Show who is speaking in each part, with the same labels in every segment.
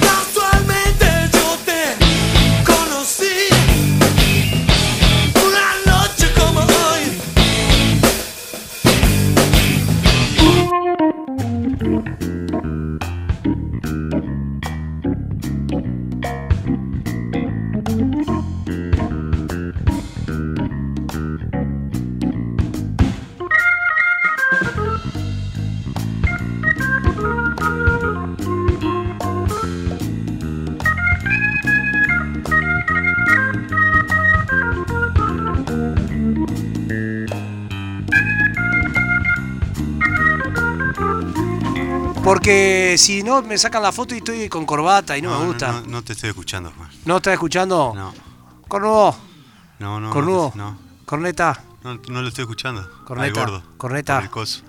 Speaker 1: Casualmente yo te conocí una noche como hoy.
Speaker 2: Porque si no, me sacan la foto y estoy con corbata y no, me gusta.
Speaker 3: No,
Speaker 2: No,
Speaker 3: no te estoy escuchando, Juan.
Speaker 2: estás escuchando?
Speaker 3: No,
Speaker 2: Cornudo,
Speaker 3: no, no.
Speaker 2: cornudo,
Speaker 3: No,
Speaker 2: corneta.
Speaker 3: no, no lo estoy escuchando.
Speaker 2: Corneta,
Speaker 3: Al gordo.
Speaker 2: corneta.
Speaker 3: Por El coso.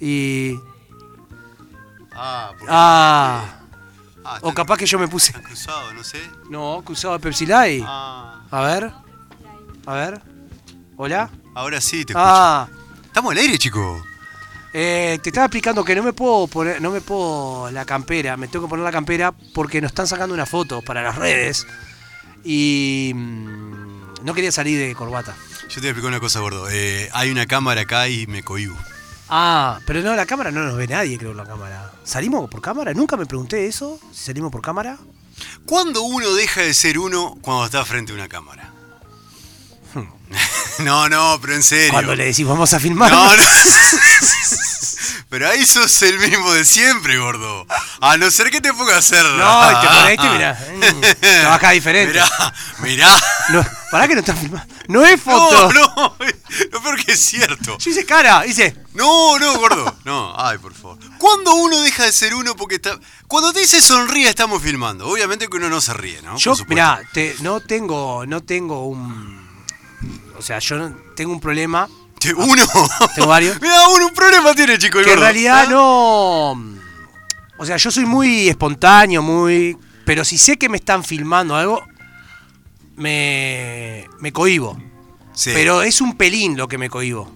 Speaker 2: Y.
Speaker 3: Ah, por-
Speaker 2: Ah,
Speaker 3: ah,
Speaker 2: o
Speaker 3: está-
Speaker 2: capaz que yo me puse.
Speaker 3: está cruzado, no sé.
Speaker 2: No, que usaba Pepsi Light.
Speaker 3: Ah,
Speaker 2: A ver. A ver. Hola.
Speaker 3: ahora sí te escucho.
Speaker 2: Ah,
Speaker 3: Estamos al aire, chico.
Speaker 2: eh, te estaba explicando que no me puedo poner, no me puedo la campera, me tengo que poner la campera porque nos están sacando una foto para las redes y mm, no quería salir de corbata.
Speaker 3: Yo te voy a explicar una cosa, gordo. Eh, hay una cámara acá y me cohibo.
Speaker 2: Ah, pero no, la cámara no nos ve nadie, creo, la cámara. ¿Salimos por cámara? Nunca me pregunté eso, si salimos por cámara.
Speaker 3: ¿Cuándo uno deja de ser uno cuando está frente a una cámara? no, no, pero en serio.
Speaker 2: Hmm. Cuando le decís vamos a filmar.
Speaker 3: No, no. Pero ahí sos el mismo de siempre, gordo. A no ser que te pongas a hacer. Ah,
Speaker 2: No, y te ponés, te mirás. Mm, trabajás diferente.
Speaker 3: Mirá, mirá.
Speaker 2: No, pará que no está filmando. No es foto.
Speaker 3: No, no. Lo peor que es cierto.
Speaker 2: Yo hice cara, hice.
Speaker 3: No, no, gordo. No, ay, por favor. ¿Cuándo uno deja de ser uno porque está. Cuando te dice sonríe, estamos filmando. Obviamente que uno no se ríe, ¿no?
Speaker 2: Yo,
Speaker 3: Por supuesto.
Speaker 2: mirá, te- no tengo, no tengo un. O sea, yo no- tengo un problema.
Speaker 3: Che, Uno.
Speaker 2: Tengo varios.
Speaker 3: Mirá, uno un problema tiene, chico. el
Speaker 2: Que en
Speaker 3: gordo.
Speaker 2: realidad
Speaker 3: ¿Ah?
Speaker 2: no. O sea, yo soy muy espontáneo, muy. Pero si sé que me están filmando algo, me. me cohibo.
Speaker 3: Sí.
Speaker 2: Pero es un pelín lo que me cohibo.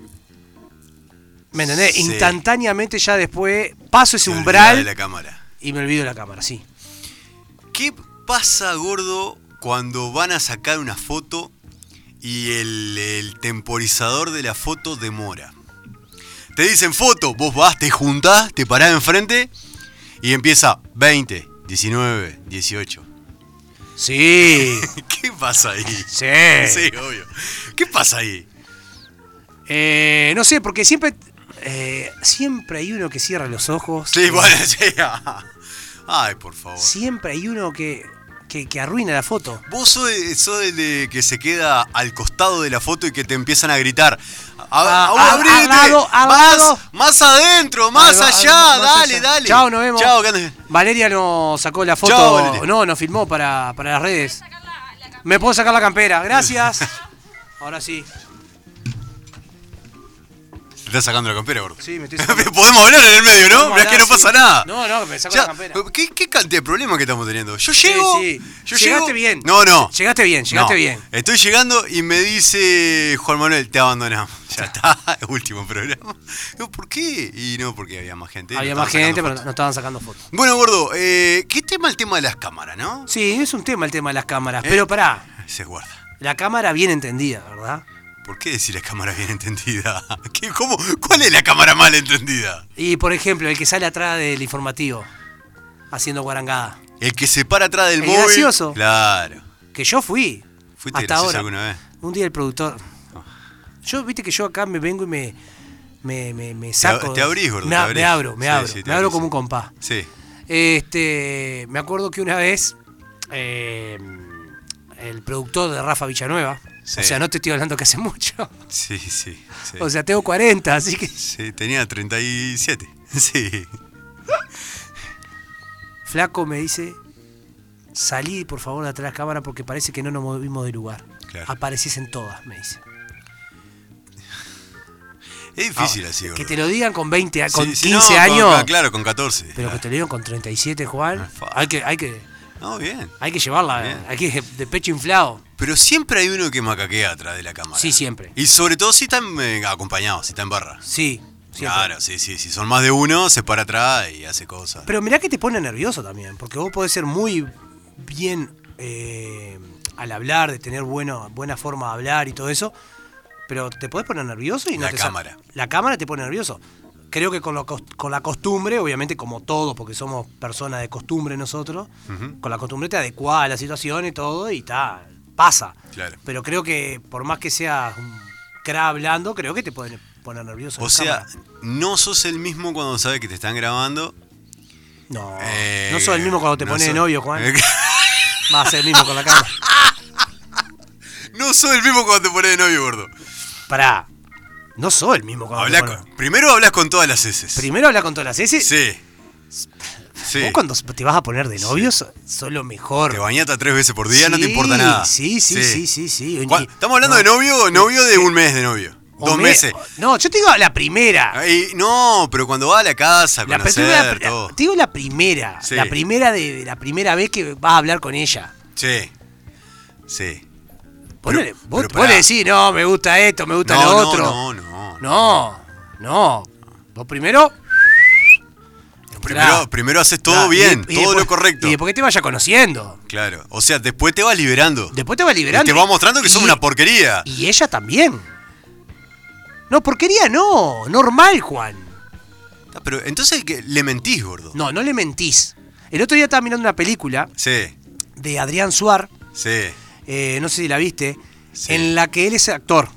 Speaker 2: ¿Me entendés?
Speaker 3: Sí.
Speaker 2: Instantáneamente ya después paso ese
Speaker 3: Te olvidás De
Speaker 2: umbral
Speaker 3: la cámara.
Speaker 2: y me olvido de la cámara, sí.
Speaker 3: ¿Qué pasa, gordo, cuando van a sacar una foto y el, el temporizador de la foto demora? Te dicen foto, vos vas, te juntás, te parás enfrente y empieza 20, 19, 18.
Speaker 2: Sí.
Speaker 3: ¿Qué pasa ahí?
Speaker 2: sí.
Speaker 3: Sí, obvio. ¿Qué pasa ahí?
Speaker 2: Eh, no sé, porque siempre. eh, siempre hay uno que cierra los ojos.
Speaker 3: Sí, bueno, sí. ah. Ay, por favor.
Speaker 2: Siempre hay uno que, que, que arruina la foto.
Speaker 3: Vos sos, de- sos el de que se queda al costado de la foto y que te empiezan a gritar. A, a-
Speaker 2: Ah,
Speaker 3: a-
Speaker 2: al-
Speaker 3: abrite,
Speaker 2: al lado, al
Speaker 3: más,
Speaker 2: lado.
Speaker 3: más adentro, más
Speaker 2: Algo-
Speaker 3: allá,
Speaker 2: algo más
Speaker 3: dale,
Speaker 2: allá.
Speaker 3: dale.
Speaker 2: Chao, nos vemos.
Speaker 3: Chao, que andes-
Speaker 2: Valeria nos sacó la foto.
Speaker 3: Chao, Valeria.
Speaker 2: no, nos filmó para, para las redes. Me puedo sacar la campera, gracias. Ahora sí.
Speaker 3: Te estás sacando la campera, gordo.
Speaker 2: Sí, me estoy sacando.
Speaker 3: Podemos hablar en el medio, ¿no?
Speaker 2: Podemos
Speaker 3: Mirá que
Speaker 2: hablar,
Speaker 3: no pasa
Speaker 2: sí.
Speaker 3: nada.
Speaker 2: No, no, me saco
Speaker 3: Ya,
Speaker 2: la campera.
Speaker 3: ¿Qué, qué cantidad de problemas que estamos teniendo? Yo llego.
Speaker 2: sí.
Speaker 3: Yo
Speaker 2: Llegaste
Speaker 3: llego-
Speaker 2: bien.
Speaker 3: No, no.
Speaker 2: Llegaste bien, llegaste
Speaker 3: No.
Speaker 2: bien.
Speaker 3: Estoy llegando y me dice Juan Manuel, te abandonamos. Ya está, último programa. Digo, ¿por qué? Y no, porque había más gente.
Speaker 2: Había
Speaker 3: nos
Speaker 2: más
Speaker 3: estaban
Speaker 2: gente,
Speaker 3: sacando
Speaker 2: pero no estaban sacando fotos.
Speaker 3: Bueno, gordo, eh, ¿qué tema el tema de las cámaras, no?
Speaker 2: Sí, es un tema el tema de las cámaras.
Speaker 3: ¿Eh?
Speaker 2: Pero pará,
Speaker 3: Se guarda.
Speaker 2: la cámara bien entendida, ¿verdad?
Speaker 3: ¿Por qué decir la cámara bien entendida? ¿Qué, cómo, ¿Cuál es la cámara mal entendida?
Speaker 2: Y por ejemplo, el que sale atrás del informativo, haciendo guarangada.
Speaker 3: El que se para atrás del
Speaker 2: El
Speaker 3: móvil.
Speaker 2: gracioso.
Speaker 3: Claro.
Speaker 2: Que yo fui.
Speaker 3: ¿Fuiste
Speaker 2: hasta
Speaker 3: gracioso
Speaker 2: ahora.
Speaker 3: alguna vez? Ah.
Speaker 2: Un día el productor. Yo, viste que yo acá me vengo y me. Me, me, me
Speaker 3: Te
Speaker 2: saco.
Speaker 3: ab- te abrís, gordo,
Speaker 2: Me,
Speaker 3: te
Speaker 2: a-
Speaker 3: abrís.
Speaker 2: me abro, me
Speaker 3: Sí,
Speaker 2: abro.
Speaker 3: sí, te
Speaker 2: me abro
Speaker 3: abrís.
Speaker 2: como un compás.
Speaker 3: Sí.
Speaker 2: Este, me acuerdo que una vez eh, el productor de Rafa Villanueva,
Speaker 3: Sí.
Speaker 2: o sea, no te estoy hablando que hace mucho,
Speaker 3: Sí, sí. sí.
Speaker 2: o sea, tengo 40, así que
Speaker 3: Sí, tenía 37. Sí.
Speaker 2: Flaco me dice, salí por favor de atrás de la cámara porque parece que no nos movimos de lugar.
Speaker 3: Claro.
Speaker 2: Aparecís en todas, me dice.
Speaker 3: Es difícil así, gordo.
Speaker 2: Ah, Que te lo digan con 20, a-
Speaker 3: Sí,
Speaker 2: con 15
Speaker 3: sí, no, con- ah,
Speaker 2: años,
Speaker 3: claro, con 14.
Speaker 2: pero que te lo digan con 37, Juan.
Speaker 3: fa.
Speaker 2: Hay que, hay que,
Speaker 3: Ah, No, bien.
Speaker 2: Hay que llevarla,
Speaker 3: Ah, Bien.
Speaker 2: hay que ir de pecho inflado.
Speaker 3: Pero siempre hay uno que macaquea atrás de la cámara.
Speaker 2: Sí, siempre.
Speaker 3: Y sobre todo si están eh, acompañados, si están en barra.
Speaker 2: Sí, siempre.
Speaker 3: Claro, sí, sí. Si son más de uno, se para atrás y hace cosas.
Speaker 2: Pero mirá que te pone nervioso también, porque vos podés ser muy bien eh, al hablar, de tener bueno, buena forma de hablar y todo eso, pero te podés poner nervioso y no
Speaker 3: La
Speaker 2: te sa-
Speaker 3: cámara.
Speaker 2: La cámara te pone nervioso. Creo que con, lo cos- con la costumbre, obviamente como todos, porque somos personas de costumbre nosotros, con la costumbre te adecuás a la situación y todo y ta, pasa.
Speaker 3: Claro.
Speaker 2: Pero creo que por más que seas un cra hablando, creo que te pueden poner nervioso.
Speaker 3: O
Speaker 2: la
Speaker 3: sea,
Speaker 2: cámara.
Speaker 3: no sos el mismo cuando sabes que te están grabando.
Speaker 2: no,
Speaker 3: Eh,
Speaker 2: no sos el mismo cuando te
Speaker 3: no
Speaker 2: pones de
Speaker 3: sos-
Speaker 2: novio, Juan. Va a ser el mismo con la cámara.
Speaker 3: no sos el mismo cuando te pones de novio, gordo.
Speaker 2: Pará. No soy el mismo cuando
Speaker 3: Hablá
Speaker 2: te pones-
Speaker 3: con- primero hablas con todas las heces.
Speaker 2: Primero habla con todas las S.
Speaker 3: Sí. Sí.
Speaker 2: Vos cuando te vas a poner de novio, so- sos lo mejor.
Speaker 3: Te bañatas tres veces por día, no te
Speaker 2: Sí,
Speaker 3: importa nada.
Speaker 2: Sí, sí, sí, sí, sí. Eh,
Speaker 3: ¿Cuá- Estamos hablando de novio o novio de un mes de novio.
Speaker 2: O
Speaker 3: Dos
Speaker 2: me-
Speaker 3: meses.
Speaker 2: No, yo te digo la primera.
Speaker 3: Ahí- no, pero cuando vas a la casa, a
Speaker 2: La,
Speaker 3: conocer,
Speaker 2: primera- la-
Speaker 3: todo.
Speaker 2: te digo la primera.
Speaker 3: Sí.
Speaker 2: La primera de, de la primera vez que vas a hablar con ella.
Speaker 3: Sí. Sí.
Speaker 2: Ponele,
Speaker 3: Pero-
Speaker 2: vos, vos
Speaker 3: pero
Speaker 2: le
Speaker 3: pará.
Speaker 2: decís, no, me gusta esto, me gusta
Speaker 3: No,
Speaker 2: lo
Speaker 3: no,
Speaker 2: otro.
Speaker 3: no, no,
Speaker 2: no. No. Vos primero.
Speaker 3: Primero,
Speaker 2: entrá.
Speaker 3: primero haces todo
Speaker 2: Nah, y
Speaker 3: bien,
Speaker 2: de- y
Speaker 3: todo
Speaker 2: después-
Speaker 3: lo correcto.
Speaker 2: Y después que te vaya conociendo.
Speaker 3: Claro. O sea, después te vas liberando.
Speaker 2: Después te va liberando.
Speaker 3: Y te va mostrando que
Speaker 2: Y-
Speaker 3: somos una porquería.
Speaker 2: Y ella también. No, porquería no. Normal, Juan.
Speaker 3: Ah, Pero entonces ¿qué? le mentís, gordo.
Speaker 2: No, no le mentís. El otro día estaba mirando una película
Speaker 3: Sí,
Speaker 2: de Adrián Suar,
Speaker 3: sí,
Speaker 2: eh, no sé si la viste,
Speaker 3: Sí.
Speaker 2: en la que él es actor.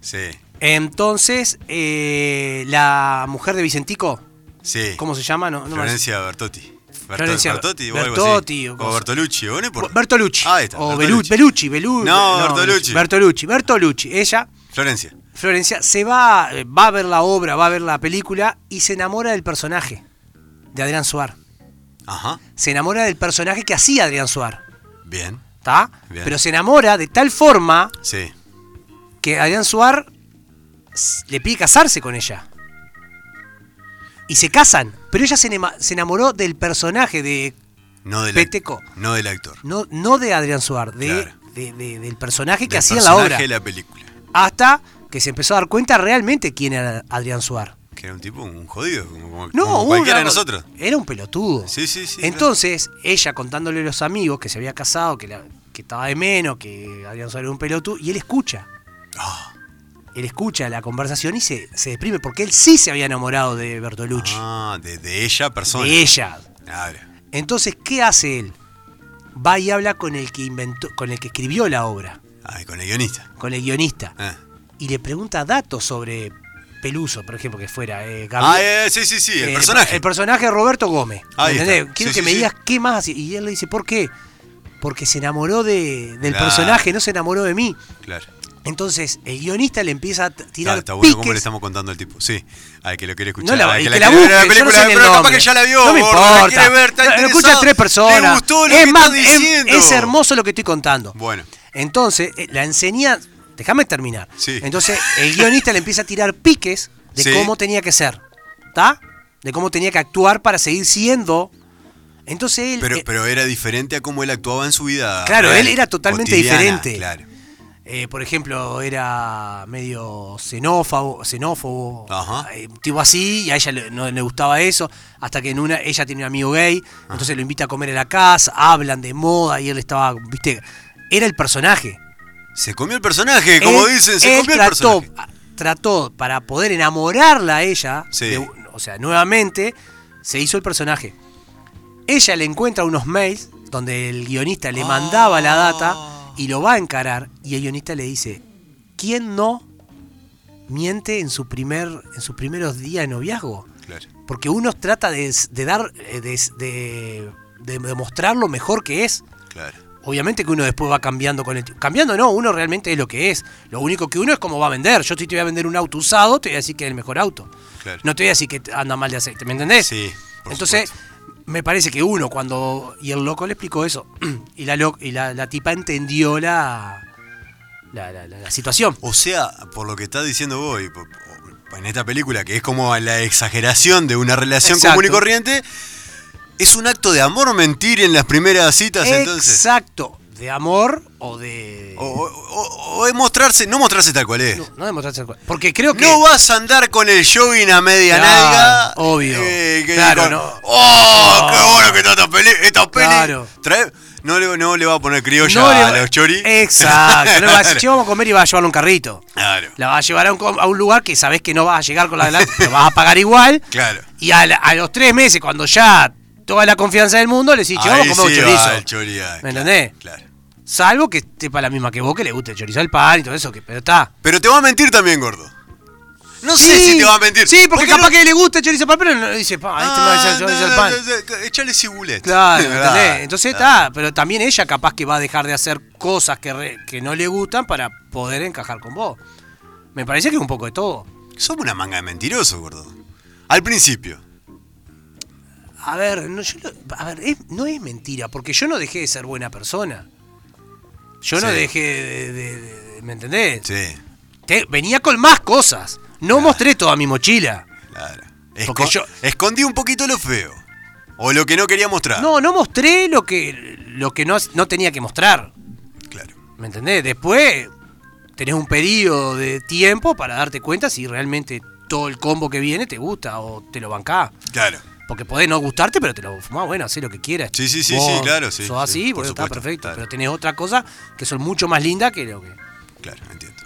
Speaker 3: sí,
Speaker 2: Entonces, eh, la mujer de Vicentico,
Speaker 3: sí.
Speaker 2: ¿cómo se llama? No, no me-
Speaker 3: Florencia Bertotti. Berto-
Speaker 2: Florencia
Speaker 3: Bertotti, o
Speaker 2: Bertotti, o
Speaker 3: algo así.
Speaker 2: cómo
Speaker 3: O
Speaker 2: se-
Speaker 3: Bertolucci, ¿o no importa?
Speaker 2: Bertolucci.
Speaker 3: Ah, Ahí está.
Speaker 2: O Bertolucci. Belucci, Belu-
Speaker 3: No, Bertolucci.
Speaker 2: Bertolucci. Bertolucci, Bertolucci. Ella
Speaker 3: Florencia.
Speaker 2: Florencia se va, eh, va a ver la obra, va a ver la película y se enamora del personaje de Adrián Suar.
Speaker 3: Ajá.
Speaker 2: Se enamora del personaje que hacía Adrián Suar,
Speaker 3: Bien.
Speaker 2: ¿está?
Speaker 3: Bien.
Speaker 2: Pero se enamora de tal forma
Speaker 3: Sí.
Speaker 2: que Adrián Suar s- le pide casarse con ella. Y se casan, pero ella se, enema- se enamoró del personaje de
Speaker 3: No del
Speaker 2: Peteco.
Speaker 3: No del actor.
Speaker 2: no, no de Adrián Suar, de,
Speaker 3: Claro.
Speaker 2: de- de- del personaje que
Speaker 3: Del
Speaker 2: hacía en la obra.
Speaker 3: personaje de la película.
Speaker 2: Hasta que se empezó a dar cuenta realmente quién era Adrián Suar.
Speaker 3: Que era un tipo, un jodido, como, como-
Speaker 2: No,
Speaker 3: como
Speaker 2: hubo
Speaker 3: cualquiera de
Speaker 2: una-
Speaker 3: nosotros.
Speaker 2: Era un pelotudo.
Speaker 3: Sí, sí, sí,
Speaker 2: Entonces, ella contándole a los amigos que se había casado, que, la- que estaba de menos, que Adrián Suárez era un pelotudo, y él escucha.
Speaker 3: Ah.
Speaker 2: Él escucha la conversación y se, se deprime, porque él sí se había enamorado de Bertolucci,
Speaker 3: Ah, de, de ella persona.
Speaker 2: de ella.
Speaker 3: Claro.
Speaker 2: Entonces, ¿qué hace él? Va y habla con el que inventó, con el que escribió la obra,
Speaker 3: Ay, con el guionista.
Speaker 2: con el guionista,
Speaker 3: Ah,
Speaker 2: y le pregunta datos sobre Peluso, por ejemplo, que fuera eh, Gabriel-
Speaker 3: ah eh, sí, sí, sí, el
Speaker 2: Eh,
Speaker 3: personaje.
Speaker 2: El personaje de Roberto Gómez.
Speaker 3: Ahí
Speaker 2: ¿entendés?
Speaker 3: está.
Speaker 2: Quiero que
Speaker 3: Sí, sí,
Speaker 2: me
Speaker 3: sí.
Speaker 2: digas qué más hacía. Y él le dice, ¿por qué? Porque se enamoró de- del
Speaker 3: Claro.
Speaker 2: personaje, no se enamoró de mí.
Speaker 3: claro.
Speaker 2: Entonces, el guionista le empieza a t-
Speaker 3: Claro,
Speaker 2: tirar
Speaker 3: está bueno
Speaker 2: piques.
Speaker 3: cómo le estamos contando al tipo. Sí, al que lo quiere escuchar.
Speaker 2: No la,
Speaker 3: al
Speaker 2: y
Speaker 3: que
Speaker 2: que la
Speaker 3: quiere ver
Speaker 2: busque, yo no sé ni el
Speaker 3: pero capaz
Speaker 2: nombre.
Speaker 3: que ya la vio.
Speaker 2: No me
Speaker 3: gordo,
Speaker 2: importa.
Speaker 3: La quiere ver, está
Speaker 2: No, lo escuchan
Speaker 3: interesado.
Speaker 2: tres personas.
Speaker 3: Le gustó lo
Speaker 2: es
Speaker 3: que
Speaker 2: más,
Speaker 3: está
Speaker 2: es-
Speaker 3: diciendo.
Speaker 2: es hermoso lo que estoy contando.
Speaker 3: Bueno,
Speaker 2: Entonces, eh, la enseñanza. Déjame terminar.
Speaker 3: Sí.
Speaker 2: Entonces, el guionista le empieza a tirar piques de
Speaker 3: Sí.
Speaker 2: cómo tenía que ser. ¿Está? De cómo tenía que actuar para seguir siendo. Entonces él.
Speaker 3: pero,
Speaker 2: eh,
Speaker 3: pero era diferente a cómo él actuaba en su vida.
Speaker 2: Claro,
Speaker 3: real,
Speaker 2: él era totalmente
Speaker 3: cotidiana,
Speaker 2: diferente.
Speaker 3: Claro.
Speaker 2: eh, por ejemplo, era medio xenófobo, xenófobo
Speaker 3: Ajá.
Speaker 2: eh, un tipo así, y a ella le- no le gustaba eso, hasta que en una ella tiene un amigo gay, entonces lo invita a comer a la casa, hablan de moda, y él estaba, viste, era el personaje.
Speaker 3: Se comió el personaje, como
Speaker 2: Él-
Speaker 3: dicen, se
Speaker 2: él
Speaker 3: comió el
Speaker 2: trató,
Speaker 3: personaje.
Speaker 2: trató para poder enamorarla a ella,
Speaker 3: Sí.
Speaker 2: de- o sea, nuevamente, se hizo el personaje. Ella le encuentra unos mails donde el guionista le mandaba la data y lo va a encarar y el guionista le dice, ¿quién no miente en, su primer, en sus primeros días de noviazgo?
Speaker 3: Claro.
Speaker 2: Porque uno trata de, de dar, eh, de, de- de demostrar lo mejor que es.
Speaker 3: Claro.
Speaker 2: Obviamente que uno después va cambiando con el tiempo. Cambiando no, uno realmente es lo que es. Lo único que uno es cómo va a vender. Yo si te voy a vender un auto usado, te voy a decir que es el mejor auto.
Speaker 3: Claro.
Speaker 2: No te voy a decir que te- anda mal de aceite, ¿me entendés?
Speaker 3: Sí, por
Speaker 2: Entonces, me parece que uno cuando... Y el loco le explicó eso. y la, lo- y la, la tipa entendió la, la, la- la- la situación.
Speaker 3: O sea, por lo que estás diciendo vos, y por- por- en esta película, que es como la exageración de una relación
Speaker 2: Exacto.
Speaker 3: común y corriente, Es un acto de amor mentir en las primeras citas, entonces.
Speaker 2: Exacto. De amor o de.
Speaker 3: O, o- o- o es mostrarse, no mostrarse tal cual es.
Speaker 2: No,
Speaker 3: No,
Speaker 2: no demostrarse el cuerpo. Porque creo que.
Speaker 3: vas a andar con el jogging a media
Speaker 2: Claro,
Speaker 3: nalga. eh,
Speaker 2: obvio.
Speaker 3: que-
Speaker 2: Claro,
Speaker 3: con-
Speaker 2: no.
Speaker 3: ¡Oh, qué bueno que está esta peli! Esta peli.
Speaker 2: Claro.
Speaker 3: Trae- no, le, no le va a poner criolla
Speaker 2: no
Speaker 3: a
Speaker 2: le-
Speaker 3: los choris.
Speaker 2: Exacto. No le vas a decir, "Che, vamos a comer y vas a llevarlo a un carrito.
Speaker 3: Claro.
Speaker 2: La vas a llevar a un, co- a un lugar que sabés que no vas a llegar con la delante, pero vas a pagar igual.
Speaker 3: Claro.
Speaker 2: Y a, la- a los tres meses, cuando ya toda la confianza del mundo, le decís, "Che, vamos
Speaker 3: Ahí
Speaker 2: a comer
Speaker 3: sí
Speaker 2: un
Speaker 3: va
Speaker 2: chorizo.
Speaker 3: el chori, ah,
Speaker 2: ¿Me
Speaker 3: claro,
Speaker 2: entendés?
Speaker 3: Claro.
Speaker 2: Salvo que esté para la misma que vos, que le guste el chorizo al pan y todo eso, que, pero está.
Speaker 3: Pero te va a mentir también, gordo. No sé si te va a mentir.
Speaker 2: Sí, porque
Speaker 3: ¿Por qué
Speaker 2: capaz
Speaker 3: no- Ah,
Speaker 2: que le gusta el chorizo al pan, pero no dice, pa, este me va a hacer el chorizo al pan.
Speaker 3: Echale cibulet.
Speaker 2: Claro, ¿entendés? Entonces está, pero también ella capaz que va a dejar de hacer cosas que, re- que no le gustan para poder encajar con vos. Me parece que es un poco de todo.
Speaker 3: Somos una manga de mentirosos, gordo. Al principio.
Speaker 2: A ver, no, yo lo- a ver es- no es mentira, porque yo no dejé de ser buena persona. Yo no
Speaker 3: Sí.
Speaker 2: dejé de, de- de- ¿Me entendés?
Speaker 3: Sí, Ah.
Speaker 2: Te- venía con más cosas. No mostré toda mi mochila.
Speaker 3: claro. Esco-
Speaker 2: Porque yo-
Speaker 3: Escondí un poquito lo feo. O lo que no quería mostrar.
Speaker 2: No, no mostré lo que, lo que no, no tenía que mostrar.
Speaker 3: Claro.
Speaker 2: ¿Me entendés? Después tenés un periodo de tiempo para darte cuenta si realmente todo el combo que viene te gusta o te lo bancás.
Speaker 3: Claro.
Speaker 2: Porque podés no gustarte, pero te lo fumás, bueno, hacés lo que quieras.
Speaker 3: Sí, sí, sí,
Speaker 2: Vos
Speaker 3: sí, claro, sí,
Speaker 2: Sos
Speaker 3: sí,
Speaker 2: así,
Speaker 3: por
Speaker 2: bueno, está
Speaker 3: supuesto,
Speaker 2: perfecto.
Speaker 3: claro.
Speaker 2: Pero tenés otras cosas que son mucho más lindas que lo que.
Speaker 3: Claro, entiendo.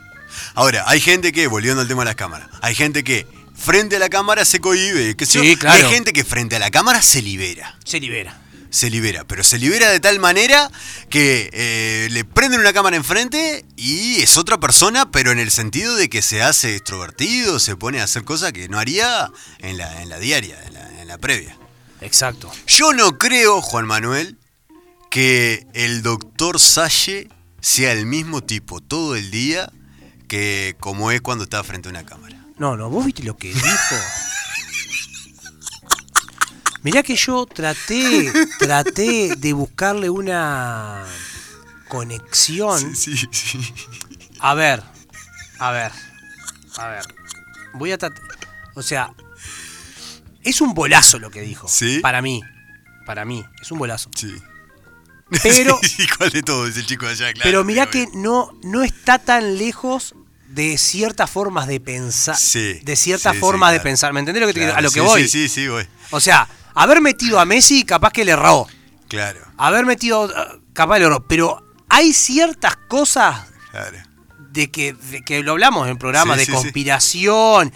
Speaker 3: Ahora, hay gente que, volviendo al tema de las cámaras, hay gente que frente a la cámara se cohíbe, qué sé yo,
Speaker 2: Sí, claro.
Speaker 3: y hay gente que frente a la cámara se libera.
Speaker 2: Se libera.
Speaker 3: Se libera, pero se libera de tal manera que eh, le prenden una cámara enfrente y es otra persona, pero en el sentido de que se hace extrovertido, se pone a hacer cosas que no haría en la, en la diaria, en la- en la previa.
Speaker 2: Exacto.
Speaker 3: Yo no creo, Juan Manuel, que el doctor Salle sea el mismo tipo todo el día que como es cuando está frente a una cámara.
Speaker 2: No, no, vos viste lo que dijo. Mirá que yo traté, traté de buscarle una conexión.
Speaker 3: Sí, sí.
Speaker 2: A ver, a ver, a ver. Voy a tratar. O sea, es un bolazo lo que dijo.
Speaker 3: ¿Sí?
Speaker 2: Para mí. Para mí, es un bolazo.
Speaker 3: Sí.
Speaker 2: Pero,
Speaker 3: Sí, ¿Cuál de todo? Dice el chico de allá, claro.
Speaker 2: pero mirá que
Speaker 3: bueno.
Speaker 2: no, no está tan lejos de ciertas formas de pensar.
Speaker 3: Sí,
Speaker 2: De ciertas
Speaker 3: sí, sí,
Speaker 2: formas de
Speaker 3: claro.
Speaker 2: pensar. ¿Me entendés lo que te-
Speaker 3: Claro,
Speaker 2: a lo que
Speaker 3: sí,
Speaker 2: voy?
Speaker 3: Sí, sí, sí, voy.
Speaker 2: O sea, haber metido a Messi capaz que le erró.
Speaker 3: Claro,
Speaker 2: Haber metido a- capaz le erró. Pero hay ciertas cosas
Speaker 3: claro.
Speaker 2: de que, de que lo hablamos en programas
Speaker 3: Sí,
Speaker 2: de
Speaker 3: sí, sí.
Speaker 2: conspiración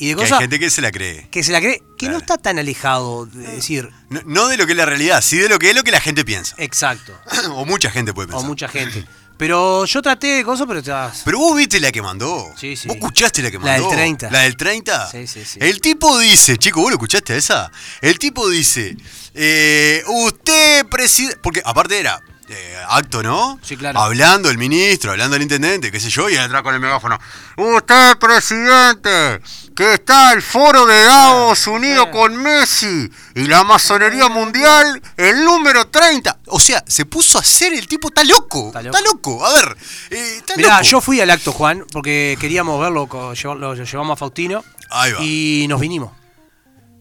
Speaker 2: y de
Speaker 3: Que hay
Speaker 2: cosas
Speaker 3: gente que se la cree.
Speaker 2: que se la cree, que
Speaker 3: Claro.
Speaker 2: no está tan alejado de decir
Speaker 3: No, no de lo que es la realidad, sí de lo que es lo que la gente piensa.
Speaker 2: exacto
Speaker 3: o mucha gente puede
Speaker 2: Eh, o
Speaker 3: pensar.
Speaker 2: mucha gente. Pero yo traté de cosas, pero te vas-
Speaker 3: Pero vos viste la que mandó.
Speaker 2: Sí, sí.
Speaker 3: Vos escuchaste la que
Speaker 2: La del
Speaker 3: mandó.
Speaker 2: 30.
Speaker 3: La del 30.
Speaker 2: Sí, sí, sí.
Speaker 3: El tipo dice, chico, vos lo escuchaste a esa. El tipo dice, eh, usted presidente. Porque aparte era. eh, acto, ¿no?
Speaker 2: Sí, claro.
Speaker 3: Hablando el ministro, hablando el intendente, qué sé yo, y atrás con el megáfono. Usted, presidente, que está el foro de Davos
Speaker 2: Ah,
Speaker 3: unido con Messi y la masonería mundial, el número 30. O sea, se puso a hacer el tipo, está loco. Está
Speaker 2: Está
Speaker 3: loco.
Speaker 2: loco.
Speaker 3: A ver, eh, está
Speaker 2: Mirá,
Speaker 3: loco.
Speaker 2: yo fui al acto, Juan, porque queríamos verlo, co- llevarlo- lo llevamos a Faustino
Speaker 3: Ahí va.
Speaker 2: y nos vinimos.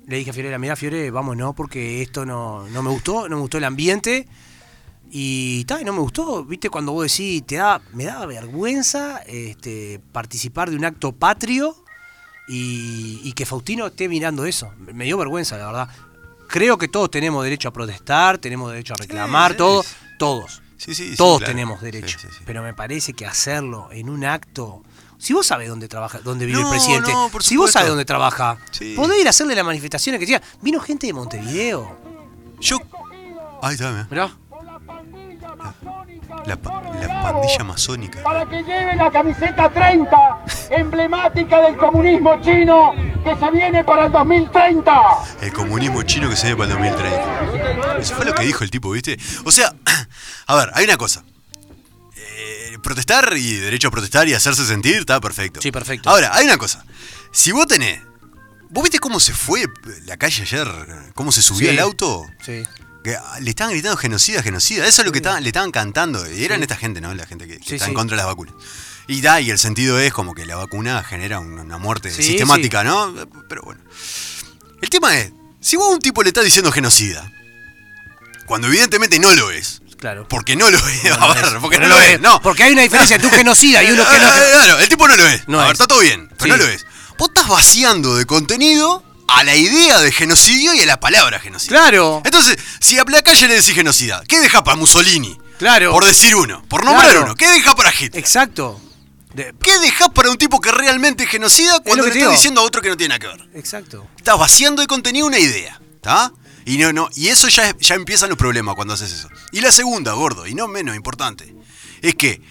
Speaker 2: Le dije a Fiorella, mirá, Fiore, vamos, no, porque esto no, no me gustó, no me gustó el ambiente y tal, no me gustó. Viste, cuando vos decís, te da, me da vergüenza este, participar de un acto patrio y, y que Faustino esté mirando eso. Me dio vergüenza, la verdad. Creo que todos tenemos derecho a protestar, tenemos derecho a reclamar,
Speaker 3: sí.
Speaker 2: todos, todos.
Speaker 3: Sí, sí, sí,
Speaker 2: Todos
Speaker 3: claro.
Speaker 2: tenemos
Speaker 3: Sí,
Speaker 2: derecho.
Speaker 3: sí, sí.
Speaker 2: Pero me parece que hacerlo en un acto. Si vos sabés dónde trabaja, dónde vive
Speaker 3: No,
Speaker 2: el presidente,
Speaker 3: no, por
Speaker 2: si vos
Speaker 3: supuesto.
Speaker 2: sabés dónde trabaja,
Speaker 3: Sí.
Speaker 2: podés ir a hacerle las manifestaciones que diga, vino gente de Montevideo.
Speaker 3: Yo. Ahí está, mirá.
Speaker 2: ¿Verdad?
Speaker 3: La, pa- la pandilla masónica.
Speaker 4: para que lleve la camiseta 30, emblemática del comunismo chino que se viene para el 2030.
Speaker 3: El comunismo chino que se ve para el 2030. Eso fue lo que dijo el tipo, ¿viste? O sea, a ver, hay una cosa. Eh, protestar y derecho a protestar y hacerse sentir está perfecto.
Speaker 2: Sí, perfecto.
Speaker 3: Ahora, hay una cosa. Si vos tenés. ¿Vos viste cómo se fue la calle ayer? ¿Cómo se subió
Speaker 2: Sí.
Speaker 3: el auto?
Speaker 2: Sí.
Speaker 3: Que, ah, le estaban gritando genocida, genocida. Eso es lo que estaban- le estaban cantando. Y eran esta gente, ¿no? La gente que, que
Speaker 2: Sí,
Speaker 3: está en
Speaker 2: sí.
Speaker 3: contra de las vacunas. Y da, y el sentido es como que la vacuna genera un- una muerte
Speaker 2: Sí,
Speaker 3: sistemática, ¿no? Pero bueno. El tema es, si vos a un tipo le estás diciendo genocida, Cuando evidentemente no lo es.
Speaker 2: Claro.
Speaker 3: Porque no lo es.
Speaker 2: No
Speaker 3: a
Speaker 2: lo
Speaker 3: ver,
Speaker 2: es,
Speaker 3: porque no lo es. No.
Speaker 2: Porque hay una diferencia entre un genocida y uno que no.
Speaker 3: Ah, Claro, el tipo no lo es.
Speaker 2: No
Speaker 3: a ver,
Speaker 2: es.
Speaker 3: está todo bien, pero
Speaker 2: Sí.
Speaker 3: no lo es. Vos estás vaciando de contenido a la idea de genocidio y a la palabra genocidio.
Speaker 2: Claro.
Speaker 3: Entonces, si a la calle le decís genocida, ¿qué deja para Mussolini?
Speaker 2: Claro.
Speaker 3: Por decir uno, por nombrar
Speaker 2: Claro.
Speaker 3: uno. ¿Qué deja para Hitler?
Speaker 2: Exacto. De-
Speaker 3: ¿Qué deja para un tipo que realmente es genocida cuando
Speaker 2: que
Speaker 3: le
Speaker 2: te
Speaker 3: estás
Speaker 2: digo.
Speaker 3: diciendo a otro que no tiene nada que ver?
Speaker 2: exacto.
Speaker 3: Estás vaciando de contenido una idea, ¿está? Y no, no, y eso ya, es- ya empiezan los problemas cuando haces eso. Y la segunda, gordo, y no menos importante, es que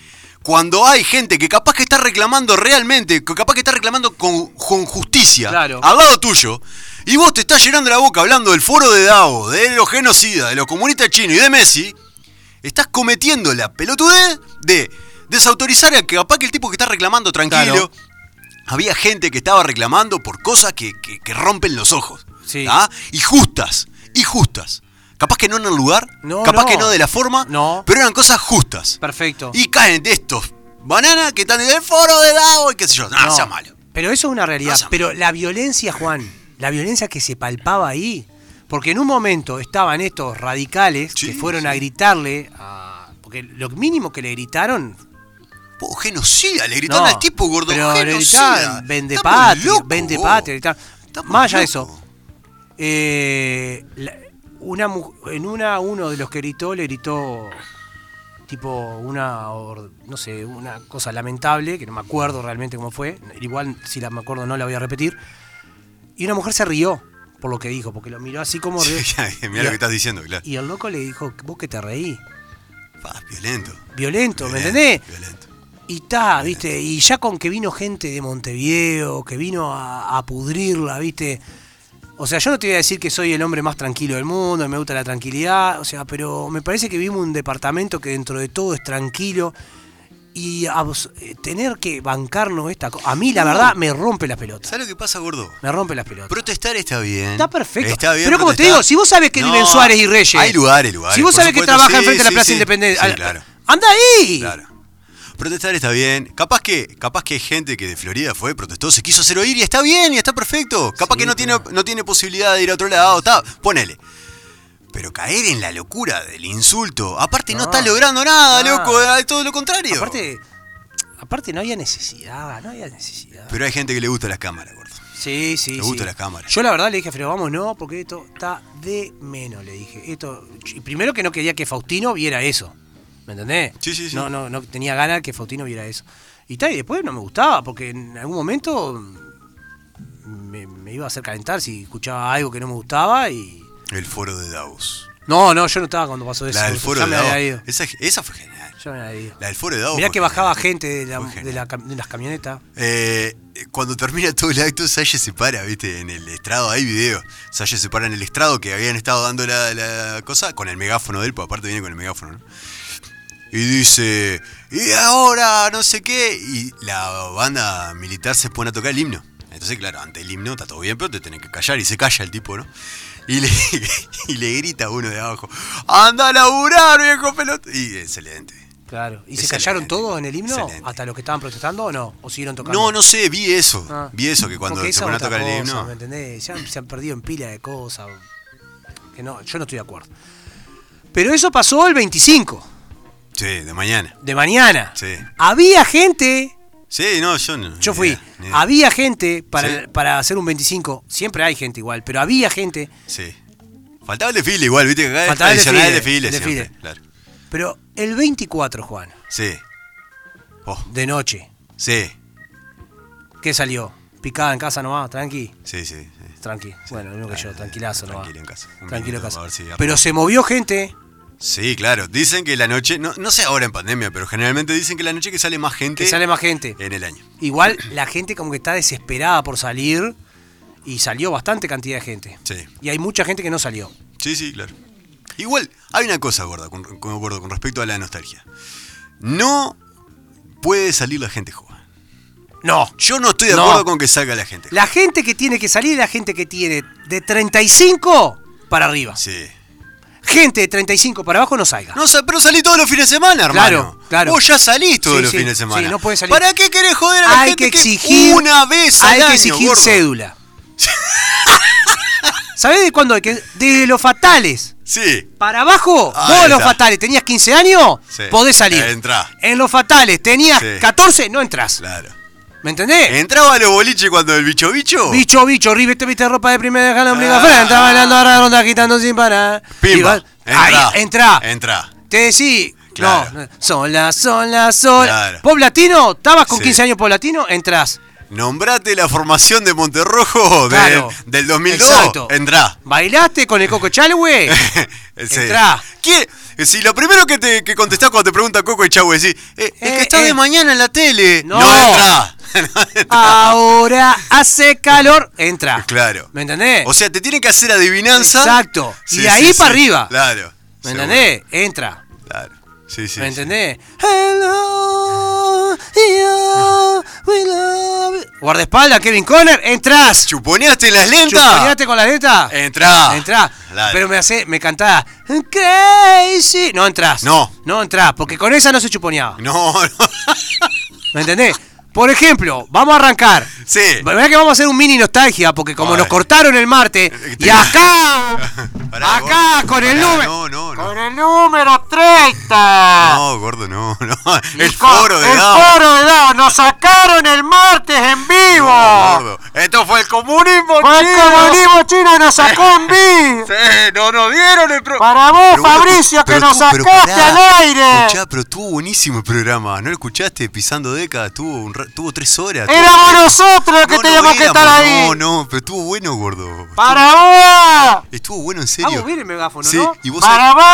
Speaker 3: cuando hay gente que capaz que está reclamando realmente, que capaz que está reclamando con, con justicia,
Speaker 2: Claro.
Speaker 3: al lado tuyo, y vos te estás llenando la boca hablando del foro de Davos, de los genocidas, de los comunistas chinos y de Messi, estás cometiendo la pelotudez de desautorizar a que capaz que el tipo que está reclamando
Speaker 2: Claro.
Speaker 3: tranquilo. Había gente que estaba reclamando por cosas que, que- que rompen los ojos.
Speaker 2: Sí.
Speaker 3: ¿tá? Y justas, y justas. Capaz que no en el lugar,
Speaker 2: No,
Speaker 3: capaz
Speaker 2: no.
Speaker 3: que no de la forma,
Speaker 2: No.
Speaker 3: pero eran cosas justas.
Speaker 2: Perfecto.
Speaker 3: Y caen de estos bananas que están en el foro de Davos y qué sé yo. Ah,
Speaker 2: No.
Speaker 3: sea malo.
Speaker 2: Pero eso es una realidad.
Speaker 3: No sea
Speaker 2: Pero la violencia, Juan, la violencia que se palpaba ahí, porque en un momento estaban estos radicales
Speaker 3: Sí,
Speaker 2: que fueron
Speaker 3: sí.
Speaker 2: a gritarle a. Porque lo mínimo que le gritaron.
Speaker 3: Po, Pues, genocida, le gritaron
Speaker 2: no,
Speaker 3: al tipo gordo.
Speaker 2: Pero le
Speaker 3: genocida.
Speaker 2: gritaban, vende
Speaker 3: Estamos
Speaker 2: patria,
Speaker 3: locos,
Speaker 2: vende
Speaker 3: vos.
Speaker 2: patria, gritaban.
Speaker 3: Estamos
Speaker 2: Más allá de
Speaker 3: locos.
Speaker 2: eso, eh, la- una, mu- en una, uno de los que gritó, le gritó tipo una, or- no sé, una cosa lamentable, que no me acuerdo realmente cómo fue, igual si la me acuerdo no la voy a repetir, y una mujer se rió por lo que dijo, porque lo miró así como... rió.
Speaker 3: Mirá lo que estás diciendo, claro.
Speaker 2: y el loco le dijo, vos que te reí,
Speaker 3: Pa, violento.
Speaker 2: violento, ¿me
Speaker 3: violento,
Speaker 2: entendés?
Speaker 3: Violento.
Speaker 2: Y ta, viste, y ya con que vino gente de Montevideo, que vino a, a pudrirla, viste. O sea, yo no te voy a decir que soy el hombre más tranquilo del mundo, y me gusta la tranquilidad, o sea, pero me parece que vimos un departamento que dentro de todo es tranquilo. Y a vos- eh, tener que bancarnos esta cosa, a mí la verdad me rompe las pelotas.
Speaker 3: ¿Sabes lo que pasa, gordo?
Speaker 2: Me rompe las pelotas.
Speaker 3: Protestar está bien.
Speaker 2: Está perfecto.
Speaker 3: Está bien
Speaker 2: Pero como te
Speaker 3: protestar.
Speaker 2: digo, si vos sabés que viven Suárez y Reyes.
Speaker 3: Hay lugares, lugares.
Speaker 2: Si vos
Speaker 3: por
Speaker 2: sabés que
Speaker 3: supuesto,
Speaker 2: trabaja
Speaker 3: sí,
Speaker 2: enfrente de la
Speaker 3: sí,
Speaker 2: Plaza
Speaker 3: sí.
Speaker 2: Independencia.
Speaker 3: Sí,
Speaker 2: al-
Speaker 3: claro,
Speaker 2: Anda ahí.
Speaker 3: claro. Protestar está bien. Capaz que, capaz que hay gente que de Florida fue, protestó, se quiso hacer oír y está bien y está perfecto. Capaz
Speaker 2: Sí,
Speaker 3: que no, tiene, no tiene posibilidad de ir a otro lado. Está, ponele. Pero caer en la locura del insulto. Aparte no,
Speaker 2: No.
Speaker 3: está logrando nada,
Speaker 2: No.
Speaker 3: loco. Es todo lo contrario.
Speaker 2: Aparte, aparte no había necesidad, no había necesidad.
Speaker 3: Pero hay gente que le gusta las cámaras, gordo.
Speaker 2: Sí, sí,
Speaker 3: Me
Speaker 2: sí.
Speaker 3: gustan las cámaras.
Speaker 2: Yo la verdad le dije, pero vamos, no, porque esto está de menos, le dije. Esto, y primero que no quería que Faustino viera eso. ¿Me entendés?
Speaker 3: Sí, sí, sí.
Speaker 2: No, no, no tenía ganas que Faustino viera eso. Y tal, y después no me gustaba, porque en algún momento me, me iba a hacer calentar si escuchaba algo que no me gustaba y.
Speaker 3: El foro de Davos.
Speaker 2: No, no, yo no estaba cuando pasó eso.
Speaker 3: La del
Speaker 2: ya
Speaker 3: foro de
Speaker 2: me había
Speaker 3: Davos.
Speaker 2: ido.
Speaker 3: Esa, esa fue genial.
Speaker 2: Ya me había ido.
Speaker 3: La del foro de Davos.
Speaker 2: Mirá
Speaker 3: fue
Speaker 2: que bajaba
Speaker 3: genial.
Speaker 2: gente de, la-
Speaker 3: Fue genial.
Speaker 2: de la cam- de las camionetas.
Speaker 3: Eh, cuando termina todo el acto, Salle se para, ¿viste? En el estrado, hay video. Salle se para en el estrado que habían estado dando la, la cosa con el megáfono de él, porque aparte viene con el megáfono, ¿no? Y dice, y ahora, no sé qué. Y la banda militar se pone a tocar el himno. Entonces, claro, ante el himno está todo bien, pero te tenés que callar. Y se calla el tipo, ¿no? Y le, y le grita a uno de abajo, anda a laburar, viejo pelota. Y excelente.
Speaker 2: Claro. ¿Y se
Speaker 3: Excelente.
Speaker 2: callaron todos en el himno?
Speaker 3: Excelente.
Speaker 2: ¿Hasta los que estaban protestando o no? ¿O siguieron tocando?
Speaker 3: No, no sé, vi eso.
Speaker 2: Ah.
Speaker 3: Vi eso, que cuando
Speaker 2: Porque
Speaker 3: se
Speaker 2: esa
Speaker 3: pone a
Speaker 2: otra
Speaker 3: tocar el
Speaker 2: cosa,
Speaker 3: himno.
Speaker 2: ¿Me entendés? Ya se han perdido en pila de cosas. Que no, yo no estoy de acuerdo. Pero eso pasó el 25
Speaker 3: Sí, de mañana.
Speaker 2: de mañana.
Speaker 3: Sí.
Speaker 2: Había gente,
Speaker 3: Sí, no, yo no.
Speaker 2: yo
Speaker 3: ni
Speaker 2: fui,
Speaker 3: idea, ni idea.
Speaker 2: había gente para,
Speaker 3: Sí.
Speaker 2: para hacer un 25. Siempre hay gente igual, pero había gente.
Speaker 3: Sí. Faltaba el desfile igual, viste que acá
Speaker 2: Faltaba el
Speaker 3: es tradicional el
Speaker 2: desfile,
Speaker 3: desfile,
Speaker 2: el
Speaker 3: siempre, claro.
Speaker 2: Pero el 24, Juan,
Speaker 3: Sí. Oh,
Speaker 2: de noche,
Speaker 3: sí,
Speaker 2: ¿qué salió? Picada en casa nomás, tranqui.
Speaker 3: sí, sí. sí.
Speaker 2: Tranqui. Bueno, lo mismo que yo, tranquilazo nomás.
Speaker 3: Tranquilo en casa. Un
Speaker 2: Tranquilo en
Speaker 3: minuto, a
Speaker 2: casa.
Speaker 3: ver si arranca.
Speaker 2: Pero se movió gente.
Speaker 3: Sí, claro. Dicen que la noche, no, no sé ahora en pandemia, pero generalmente dicen que la noche que sale más gente
Speaker 2: Que sale más gente.
Speaker 3: en el año.
Speaker 2: Igual la gente como que está desesperada por salir y salió bastante cantidad de gente.
Speaker 3: Sí.
Speaker 2: Y hay mucha gente que no salió.
Speaker 3: Sí, sí, claro. Igual, hay una cosa gorda, con, con, gordo, con respecto a la nostalgia. No puede salir la gente joven.
Speaker 2: No.
Speaker 3: Yo no estoy de
Speaker 2: No.
Speaker 3: acuerdo con que salga la gente.
Speaker 2: La gente que tiene que salir es la gente que tiene de 35 para arriba.
Speaker 3: Sí.
Speaker 2: Gente de 35 para abajo no salga.
Speaker 3: No, sa- pero salí todos los fines de semana, hermano.
Speaker 2: Claro, claro.
Speaker 3: Vos ya salís todos
Speaker 2: Sí,
Speaker 3: los
Speaker 2: sí,
Speaker 3: fines de semana.
Speaker 2: sí, no podés salir.
Speaker 3: ¿Para qué querés joder a la
Speaker 2: hay
Speaker 3: gente
Speaker 2: que exigir
Speaker 3: una vez al
Speaker 2: Hay
Speaker 3: año,
Speaker 2: que exigir
Speaker 3: gordo?
Speaker 2: cédula. ¿Sabés de cuándo hay que? Desde los fatales.
Speaker 3: Sí.
Speaker 2: Para abajo,
Speaker 3: Ahí
Speaker 2: vos en los
Speaker 3: está.
Speaker 2: fatales tenías 15 años,
Speaker 3: Sí. Eh,
Speaker 2: podés salir.
Speaker 3: Entrá.
Speaker 2: En los fatales tenías
Speaker 3: Sí. Eh,
Speaker 2: 14, no entras.
Speaker 3: Claro.
Speaker 2: ¿Me entendés?
Speaker 3: ¿Entraba a los boliches cuando el bicho bicho?
Speaker 2: Eh. Bicho, bicho, River te viste ropa de primera gana, ombliga
Speaker 3: Ah.
Speaker 2: frente, bailando a la ronda, quitando sin parar. Y
Speaker 3: Pimba.
Speaker 2: vas- Ahí, entra.
Speaker 3: Entra.
Speaker 2: Te decís,
Speaker 3: Claro.
Speaker 2: no, sola, sola, sola.
Speaker 3: Claro.
Speaker 2: Pop latino, estabas con
Speaker 3: Sí.
Speaker 2: 15 años pop latino, entras.
Speaker 3: Nombrate la formación de Monterrojo de-
Speaker 2: Claro.
Speaker 3: del 2002.
Speaker 2: Exacto.
Speaker 3: Entrá.
Speaker 2: ¿Bailaste con el Coco Chalwe?
Speaker 3: Sí.
Speaker 2: Entrá.
Speaker 3: ¿Qué? Si lo primero que, te, que contestás cuando te pregunta Coco y Chau, decís, eh, es
Speaker 2: Eh,
Speaker 3: que está
Speaker 2: eh.
Speaker 3: de mañana en la tele.
Speaker 2: No.
Speaker 3: entra. No entrá.
Speaker 2: Ahora hace calor, entra.
Speaker 3: Claro.
Speaker 2: ¿Me entendés?
Speaker 3: O sea, te tienen que hacer adivinanza.
Speaker 2: Exacto. Y de ahí para arriba.
Speaker 3: Claro.
Speaker 2: ¿Me
Speaker 3: Seguro.
Speaker 2: entendés? Entra.
Speaker 3: Claro. Sí, sí.
Speaker 2: ¿Me
Speaker 3: sí.
Speaker 2: entendés? Hello, yeah, we love you. Guardaespaldas, Kevin Conner, entras.
Speaker 3: ¿Chuponeaste en las lentas?
Speaker 2: ¿Chuponeaste con la letra?
Speaker 3: Entrá.
Speaker 2: Entrá.
Speaker 3: Claro.
Speaker 2: Pero me hace, me cantaba Crazy. No entrás.
Speaker 3: No.
Speaker 2: No entrás, porque con esa no se chuponeaba.
Speaker 3: No, no.
Speaker 2: ¿Me entendés? Por ejemplo, vamos a arrancar.
Speaker 3: Sí.
Speaker 2: Verdad que vamos a hacer un mini nostalgia, porque como
Speaker 3: Ay.
Speaker 2: nos cortaron el martes, y acá,
Speaker 3: Pará,
Speaker 2: acá,
Speaker 3: gordo.
Speaker 2: con el
Speaker 3: Pará,
Speaker 2: número.
Speaker 3: No, no, no.
Speaker 2: Con el número 30.
Speaker 3: No, gordo, no, no. El
Speaker 2: Con-
Speaker 3: foro de
Speaker 2: el
Speaker 3: edad.
Speaker 2: foro de Dao. Nos sacaron el martes en vivo.
Speaker 3: Gordo. Esto fue el comunismo
Speaker 2: Fue el
Speaker 3: chino.
Speaker 2: comunismo chino que nos sacó en vivo.
Speaker 3: Sí, no nos dieron el pro...
Speaker 2: Para vos,
Speaker 3: Pero bueno,
Speaker 2: Fabricio,
Speaker 3: pero
Speaker 2: que nos
Speaker 3: tú- pero
Speaker 2: sacaste
Speaker 3: pará.
Speaker 2: al aire.
Speaker 3: Escuchá, pero estuvo buenísimo el programa. ¿No lo escuchaste? Pisando décadas, tuvo, un ra- tuvo tres horas.
Speaker 2: Éramos nosotros los que
Speaker 3: tuvo- No, no
Speaker 2: teníamos que estar
Speaker 3: éramos,
Speaker 2: ahí.
Speaker 3: No, no, pero estuvo bueno, gordo.
Speaker 2: ¡Para vos!
Speaker 3: Estuvo bueno, en serio.
Speaker 2: Vamos bien el megáfono,
Speaker 3: Sí,
Speaker 2: ¿no?
Speaker 3: y vos
Speaker 2: ¡Para vos!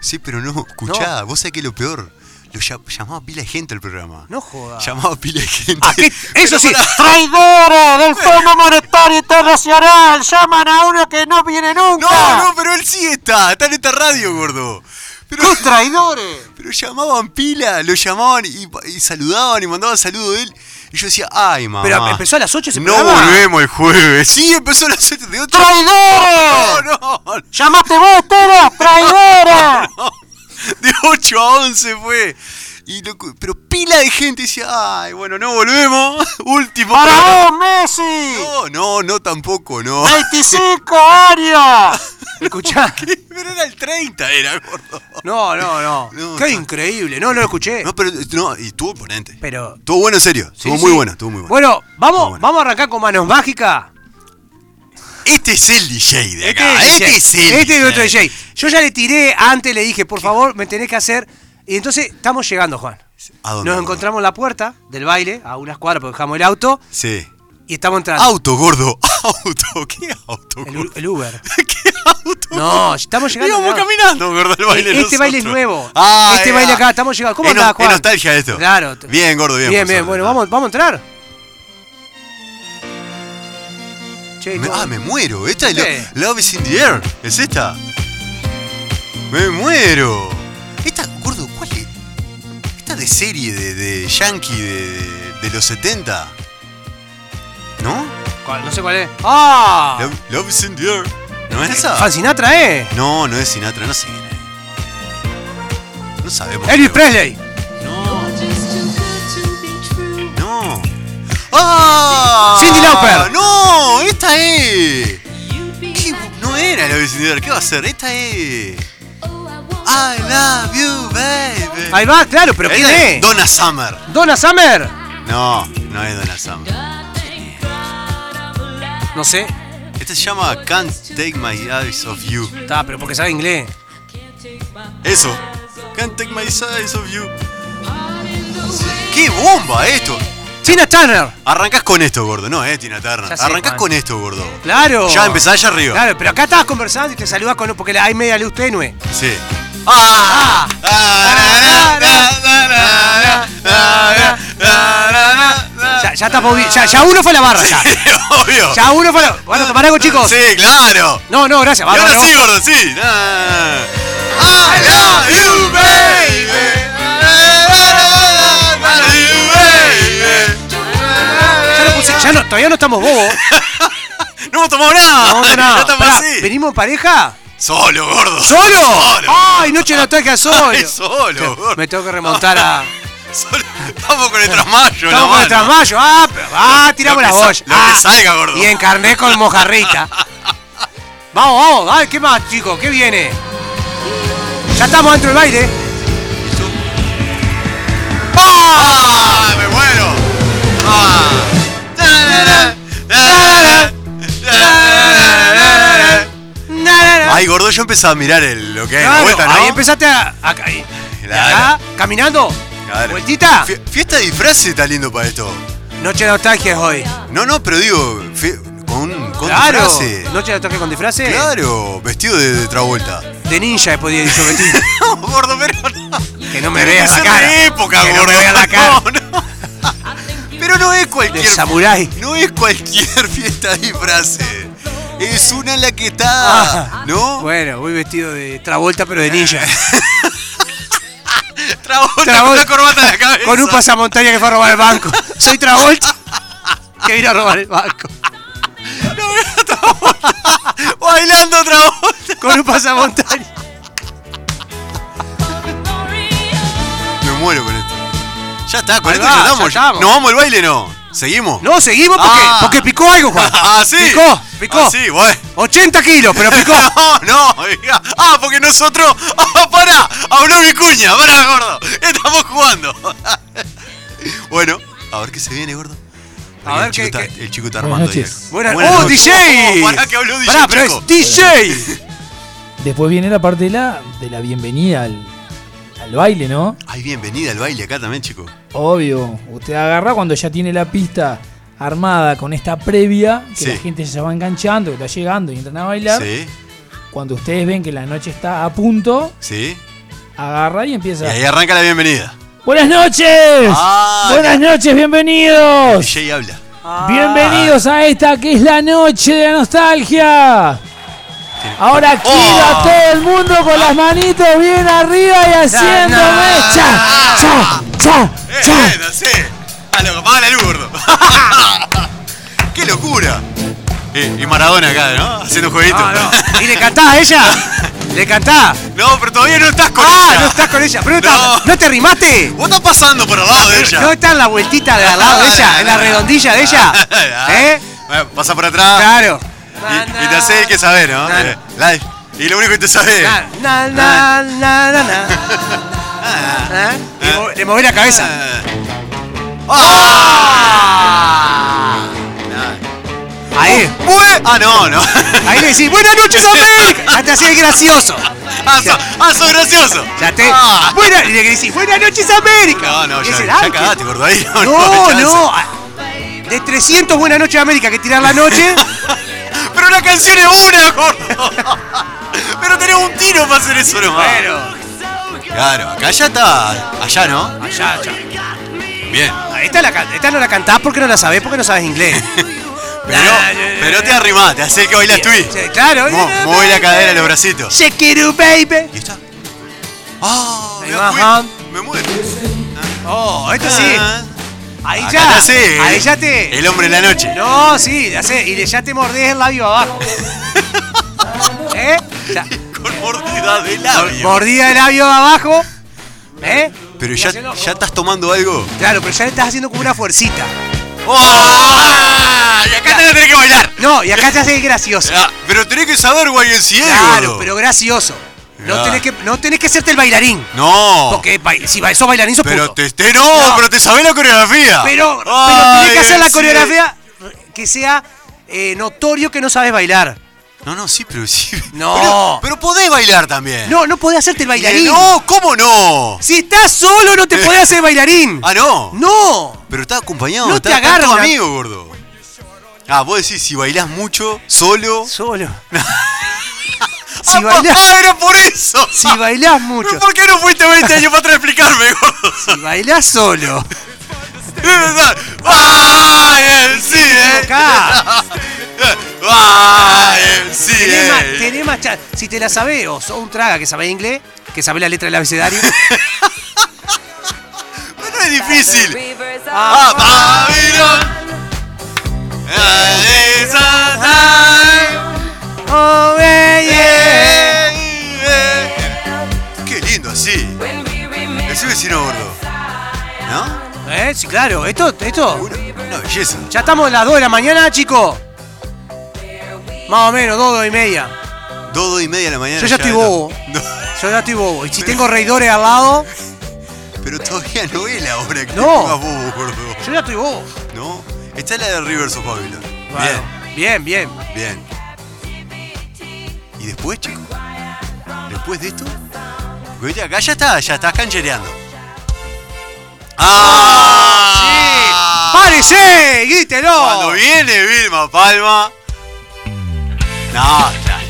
Speaker 3: Sí, pero no, escuchá, vos sabés que es lo peor. Lo llam- llamaba pila de gente al programa.
Speaker 2: No jodas.
Speaker 3: Llamaba pila de gente.
Speaker 2: Ah, ¿qué? Eso
Speaker 3: Pero
Speaker 2: sí,
Speaker 3: pará.
Speaker 2: traidores del Fondo Monetario Internacional llaman a uno que no viene nunca.
Speaker 3: No, no, pero él sí está, está en esta radio, gordo. Pero,
Speaker 2: ¡Qué traidores!
Speaker 3: pero llamaban pila, lo llamaban y, y saludaban y mandaban saludo de él. Y yo decía, ay, mamá.
Speaker 2: Pero empezó a las 8 ese
Speaker 3: No
Speaker 2: programa.
Speaker 3: volvemos el jueves. Sí, empezó a las 7 de ocho. No,
Speaker 2: ¡Traidores!
Speaker 3: no, no.
Speaker 2: ¡Llamaste vos, Tera! ¡Traidores!
Speaker 3: De 8 a 11 fue. Y loco, pero pila de gente decía, ay, bueno, no volvemos. Último.
Speaker 2: ¡Para vos, Messi!
Speaker 3: No, no, no tampoco, no.
Speaker 2: ¡25 años! Escuchá.
Speaker 3: Pero era el 30, era gordo.
Speaker 2: No, no, no.
Speaker 3: No,
Speaker 2: Qué
Speaker 3: no.
Speaker 2: increíble. No, no lo escuché.
Speaker 3: No, pero no, y tuvo ponente.
Speaker 2: Pero.
Speaker 3: Estuvo bueno en serio, estuvo
Speaker 2: sí,
Speaker 3: muy
Speaker 2: sí.
Speaker 3: bueno, estuvo muy bueno.
Speaker 2: Bueno, vamos,
Speaker 3: Estuvo bueno.
Speaker 2: vamos a arrancar con manos mágicas.
Speaker 3: Este es el DJ de acá.
Speaker 2: el
Speaker 3: Este,
Speaker 2: DJ.
Speaker 3: es el
Speaker 2: Este es otro DJ. Yo ya le tiré antes, le dije, por favor, me tenés que hacer. Y entonces estamos llegando, Juan.
Speaker 3: ¿A dónde,
Speaker 2: Nos
Speaker 3: gordo?
Speaker 2: encontramos en la puerta del baile, a unas cuadras, porque dejamos el auto,
Speaker 3: Sí.
Speaker 2: y estamos entrando.
Speaker 3: Auto, gordo. Auto. ¿Qué auto,
Speaker 2: El,
Speaker 3: gordo?
Speaker 2: U- el Uber.
Speaker 3: ¿Qué auto?
Speaker 2: No, estamos llegando
Speaker 3: Íbamos
Speaker 2: acá.
Speaker 3: caminando, gordo, el baile.
Speaker 2: Este
Speaker 3: nosotros.
Speaker 2: baile es nuevo.
Speaker 3: Ah,
Speaker 2: este
Speaker 3: eh,
Speaker 2: baile
Speaker 3: ah.
Speaker 2: acá, estamos llegando. ¿Cómo
Speaker 3: Es no-
Speaker 2: andás, Juan?
Speaker 3: Es nostalgia esto.
Speaker 2: Claro.
Speaker 3: Bien, gordo, bien.
Speaker 2: Bien,
Speaker 3: por
Speaker 2: bien.
Speaker 3: suerte,
Speaker 2: Bueno,
Speaker 3: está.
Speaker 2: vamos, vamos a entrar. Che,
Speaker 3: Me-
Speaker 2: no.
Speaker 3: ah, me muero. Esta es lo-
Speaker 2: Sí.
Speaker 3: Love is in the air. ¿Es esta? Me muero. Esta, gordo, ¿cuál es? Esta de serie de, de Yankee de, de- de los 70. ¿No?
Speaker 2: ¿Cuál? No sé cuál es. ¡Ah!
Speaker 3: Love, Love is in the air. ¿No es esa?
Speaker 2: Fan Sinatra, ¿eh?
Speaker 3: No, no es Sinatra, no sé quién es. No sabemos.
Speaker 2: Elvis
Speaker 3: creo.
Speaker 2: Presley.
Speaker 3: No. ¡Ah!
Speaker 2: Cyndi Lauper.
Speaker 3: ¡No! ¡Esta es! ¿Qué? No era la vecindad, ¿qué va a ser? Esta es. I love you, baby.
Speaker 2: Ahí va, claro, pero ¿quién
Speaker 3: Esta
Speaker 2: es?
Speaker 3: Donna Summer.
Speaker 2: Donna Summer.
Speaker 3: No, no es Donna Summer.
Speaker 2: No sé.
Speaker 3: Esta se llama Can't Take My Eyes Off You.
Speaker 2: Está, pero porque sabe inglés.
Speaker 3: Eso. Can't Take My Eyes Off You. ¡Qué bomba esto!
Speaker 2: Tina Turner.
Speaker 3: Arrancás con esto, gordo. No, eh, Tina Turner.
Speaker 2: Ya sé,
Speaker 3: Arrancás
Speaker 2: man.
Speaker 3: con esto, gordo.
Speaker 2: Claro.
Speaker 3: Ya empezás allá arriba.
Speaker 2: Claro, pero acá estabas conversando y te saludás con porque la- hay media luz tenue.
Speaker 3: Sí.
Speaker 2: ¡Ah!
Speaker 3: Ah.
Speaker 2: Ya, ya está Bobby- ya, ya uno fue a la barra. Ya,
Speaker 3: Obvio.
Speaker 2: ya uno fue a la Bueno, tomar algo, chicos.
Speaker 3: Sí, claro.
Speaker 2: No, no, gracias.
Speaker 3: Y
Speaker 2: Vamos,
Speaker 3: ahora
Speaker 2: vamos.
Speaker 3: sí, gordo, sí. Ah. I love you, baby. I love you, baby.
Speaker 2: Ya no puse- ya no- todavía no estamos bobos.
Speaker 3: No hemos tomado nada.
Speaker 2: No, no,
Speaker 3: Ya
Speaker 2: no.
Speaker 3: estamos
Speaker 2: Pará,
Speaker 3: así.
Speaker 2: ¿Venimos en pareja?
Speaker 3: Solo, gordo.
Speaker 2: ¿Solo?
Speaker 3: Solo.
Speaker 2: ¡Ay, noche de nostalgia solo!
Speaker 3: Ay, solo, gordo.
Speaker 2: Me tengo que remontar a.
Speaker 3: Solo. Estamos con el trasmayo,
Speaker 2: Estamos con el trasmayo. Ah, pero- ah tiramos
Speaker 3: Lo
Speaker 2: la
Speaker 3: que
Speaker 2: boya.
Speaker 3: sa- lo que
Speaker 2: Ah,
Speaker 3: salga, gordo.
Speaker 2: Y encarné con mojarrita. vamos, vamos. Ay, ¿qué más, chicos? ¿Qué viene? Ya estamos dentro del baile.
Speaker 3: ¡Ah! ¡Me muero! ¡Ah! Ay, gordo, yo empezaba a mirar el, lo que hay en la
Speaker 2: Claro,
Speaker 3: vuelta, ¿no?
Speaker 2: Ahí empezaste a. a- ahí. Y
Speaker 3: Claro.
Speaker 2: acá, caminando.
Speaker 3: Claro.
Speaker 2: Vueltita.
Speaker 3: Fie- Fiesta de disfraces está lindo para esto.
Speaker 2: Noche de nostalgia es hoy.
Speaker 3: No, no, pero digo, fie- con, con
Speaker 2: claro.
Speaker 3: disfraces.
Speaker 2: Noche de nostalgia con disfraces.
Speaker 3: Claro, vestido de, de Travolta.
Speaker 2: De ninja podía ir prometí.
Speaker 3: No, gordo, pero no.
Speaker 2: Que no me
Speaker 3: Tiene
Speaker 2: veas
Speaker 3: que
Speaker 2: la
Speaker 3: ser de
Speaker 2: cara.
Speaker 3: época,
Speaker 2: Que no
Speaker 3: gordo.
Speaker 2: me veas la cara.
Speaker 3: No, no. Pero no es
Speaker 2: De
Speaker 3: cualquier
Speaker 2: samurái.
Speaker 3: No es cualquier fiesta de disfraces. Es una en la que está,
Speaker 2: Ah,
Speaker 3: ¿no?
Speaker 2: Bueno, voy vestido de Travolta, pero de ninja.
Speaker 3: Travolta, con
Speaker 2: Travolta.
Speaker 3: una corbata en la cabeza.
Speaker 2: Con un pasamontaña que fue a robar el banco. Soy Travolta que vino a robar el banco.
Speaker 3: Bailando Travolta.
Speaker 2: Con un pasamontaña.
Speaker 3: Me muero con esto. Ya está, con
Speaker 2: Ahí
Speaker 3: esto
Speaker 2: va,
Speaker 3: ya
Speaker 2: ya
Speaker 3: estamos.
Speaker 2: estamos.
Speaker 3: ¿Nos vamos al baile no? ¿Seguimos?
Speaker 2: No, seguimos porque,
Speaker 3: Ah.
Speaker 2: porque picó algo, Juan.
Speaker 3: Ah, sí.
Speaker 2: Picó, picó.
Speaker 3: Ah, sí, bueno.
Speaker 2: 80 kilos, pero picó.
Speaker 3: No, no, oiga. Ah, porque nosotros. Ah, pará. Habló Vicuña. Pará, gordo. Estamos jugando. bueno, a ver qué se viene, gordo.
Speaker 2: A ver
Speaker 3: el, chico
Speaker 2: qué-
Speaker 3: está,
Speaker 2: qué-
Speaker 3: el chico está armando ahí.
Speaker 5: noches.
Speaker 2: Buenas,
Speaker 3: Buenas
Speaker 2: ¡Oh,
Speaker 3: noches.
Speaker 2: DJ!
Speaker 3: Oh, pará, que habló DJ,
Speaker 2: Pará, pero
Speaker 3: chico.
Speaker 2: es DJ.
Speaker 5: Después viene la parte de la, de la bienvenida al, al baile, ¿no?
Speaker 3: Ay, bienvenida al baile acá también, chico.
Speaker 5: Obvio, usted agarra cuando ya tiene la pista armada con esta previa, que
Speaker 3: Sí.
Speaker 5: la gente ya se va enganchando, que está llegando y entran a bailar.
Speaker 3: Sí,
Speaker 5: Cuando ustedes ven que la noche está a punto,
Speaker 3: sí.
Speaker 5: agarra y
Speaker 3: Y
Speaker 5: empieza.
Speaker 3: ahí arranca la bienvenida.
Speaker 5: ¡Buenas noches!
Speaker 3: Ah,
Speaker 5: ¡Buenas noches, bienvenidos!
Speaker 3: DJ habla.
Speaker 2: Ah.
Speaker 5: Bienvenidos a esta que es la noche de la nostalgia. Ahora aquí
Speaker 3: Oh.
Speaker 5: va todo el mundo con las manitos bien arriba y haciendo
Speaker 2: na.
Speaker 5: mecha. Cha, cha,
Speaker 3: Eh,
Speaker 5: cha.
Speaker 3: eh, no sé. Ah, loco, apaga la luz, gordo. ¡Qué locura! Eh, y Maradona acá, ¿no? Haciendo jueguito.
Speaker 2: No, no. ¿Y le cantás a ella? ¿Le cantás?
Speaker 3: No, pero todavía no estás con
Speaker 2: Ah,
Speaker 3: ella.
Speaker 2: no estás con ella. Pero no,
Speaker 3: No.
Speaker 2: está- ¿no te rimaste?
Speaker 3: Vos estás pasando por al lado de ella.
Speaker 2: ¿No está en la vueltita de al lado de ella? ¿En la redondilla de ella?
Speaker 3: Ah,
Speaker 2: ¿Eh?
Speaker 3: Bueno, pasa por atrás.
Speaker 2: Claro.
Speaker 3: Y, y te hace el que sabe, ¿no?
Speaker 2: Claro.
Speaker 3: Eh, la- y lo único que te sabe.
Speaker 2: Na,
Speaker 3: Ah.
Speaker 2: na, na, na, na. ¿Eh? Le mo- Le moví la cabeza.
Speaker 3: Eh, ¡Ah!
Speaker 2: Ahí.
Speaker 3: Bue- Ah, no, no.
Speaker 2: Ahí le decís, buenas noches, América. Hasta así es gracioso.
Speaker 3: ah, sos ah, sos gracioso.
Speaker 2: Ya te.
Speaker 3: Ah.
Speaker 2: Buena, y le decís, buenas noches, América.
Speaker 3: No, no,
Speaker 2: Y
Speaker 3: ya,
Speaker 2: es el
Speaker 3: ya
Speaker 2: ángel.
Speaker 3: cagaste, gordo. Ahí no,
Speaker 2: No,
Speaker 3: hay
Speaker 2: no. ah, De 300 Buenas noches, América que tirar la noche.
Speaker 3: chance. Pero la canción es una, gordo. Pero tenés un tiro para hacer eso nomás. Claro, acá ya está. Allá, ¿no?
Speaker 2: allá, allá.
Speaker 3: Bien.
Speaker 2: Ah, Esta, la, can- esta no la cantás porque no la sabés, porque no sabes inglés.
Speaker 3: Pero, pero te arrimás, te hace el que bailas tú.
Speaker 2: Sí, claro. eh,
Speaker 3: Mo- Mueve la cadera, los bracitos.
Speaker 2: Shake it up, baby.
Speaker 3: Y está. ¡Ah!
Speaker 2: Ahí
Speaker 3: me,
Speaker 2: va,
Speaker 3: fui.
Speaker 2: ajá.
Speaker 3: me muero.
Speaker 2: Oh, esto sí.
Speaker 3: Ah,
Speaker 2: Ahí
Speaker 3: acá
Speaker 2: ya.
Speaker 3: ya sé,
Speaker 2: ahí
Speaker 3: el-
Speaker 2: ya te.
Speaker 3: El hombre de la noche.
Speaker 2: No, sí, ya sé. Y le- ya te mordés el labio abajo. ¿Eh? Ya.
Speaker 3: Con mordida de labio.
Speaker 2: Mordida de labio abajo. ¿Eh?
Speaker 3: Pero
Speaker 2: Y
Speaker 3: ya,
Speaker 2: haciendo-
Speaker 3: ya estás tomando algo.
Speaker 2: Claro, pero ya le estás haciendo como una fuercita. Oh.
Speaker 3: ¡Ah! Y acá te la tenés que bailar.
Speaker 2: No, y acá te haces el gracioso.
Speaker 3: Ah, pero tenés que saber YNCA,
Speaker 2: Claro,
Speaker 3: gordo.
Speaker 2: pero gracioso. No
Speaker 3: Ya.
Speaker 2: tenés, que, no tenés que hacerte el bailarín.
Speaker 3: No.
Speaker 2: Porque ba- si ba- sos bailarín, sos
Speaker 3: Pero
Speaker 2: puto.
Speaker 3: te, te- no,
Speaker 2: No.
Speaker 3: pero te sabés la coreografía.
Speaker 2: Pero, pero
Speaker 3: Ay,
Speaker 2: tenés que hacer la
Speaker 3: sí.
Speaker 2: coreografía que sea eh, notorio que no sabes bailar.
Speaker 3: No, no, sí, pero sí.
Speaker 2: No.
Speaker 3: Pero, pero podés bailar también.
Speaker 2: No, no podés hacerte el bailarín.
Speaker 3: No, ¿cómo no?
Speaker 2: Si estás solo, no te podés hacer bailarín.
Speaker 3: Ah, no.
Speaker 2: No.
Speaker 3: Pero está acompañado,
Speaker 2: No
Speaker 3: está,
Speaker 2: te
Speaker 3: está
Speaker 2: agarra
Speaker 3: tu
Speaker 2: una-
Speaker 3: amigo, gordo. Ah, vos decís, si bailás mucho, solo.
Speaker 2: Solo. si
Speaker 3: ah,
Speaker 2: bailás,
Speaker 3: ah, era por eso.
Speaker 2: si bailás mucho,
Speaker 3: ¿Pero ¿Por qué no fuiste 20 años para atrás a explicarme, gordo?
Speaker 2: si bailás solo.
Speaker 3: Es verdad. ¡Ay, el sí, eh!
Speaker 2: Acá.
Speaker 3: ¡Ay, el sí,
Speaker 2: Tenés más,
Speaker 3: eh!
Speaker 2: tenés más chan- Si te la sabés, o sos un traga que sabés inglés, que sabés la letra del abecedario.
Speaker 3: No es difícil.
Speaker 2: Ah,
Speaker 3: Ah, Babylon. Ah, it's a
Speaker 2: oh, eh, yeah.
Speaker 3: time, eh. Qué lindo así. Ese vecino gordo. ¿No?
Speaker 2: Eh, sí, claro. Esto, esto.
Speaker 3: Una, una belleza.
Speaker 2: Ya estamos a las 2 de la mañana, chicos. Más o menos, 2, 2 y media.
Speaker 3: Dos, dos y media de la mañana.
Speaker 2: Yo ya estoy bobo.
Speaker 3: está.
Speaker 2: Yo ya estoy bobo. Y si tengo reidores al lado,
Speaker 3: Pero todavía no es la hora que
Speaker 2: No.
Speaker 3: te pongas bobo, gordo.
Speaker 2: yo ya estoy bobo.
Speaker 3: ¿No? Esta es la de Rivers of Babylon.
Speaker 2: Bueno, bien, bien.
Speaker 3: Bien, bien. ¿Y después, chico? ¿Después de esto? Porque viste, acá ya está, ya estás canchereando. ¡Ah!
Speaker 2: ¡Párese! ¡Grítelo!
Speaker 3: Cuando viene Vilma Palma. No, claro.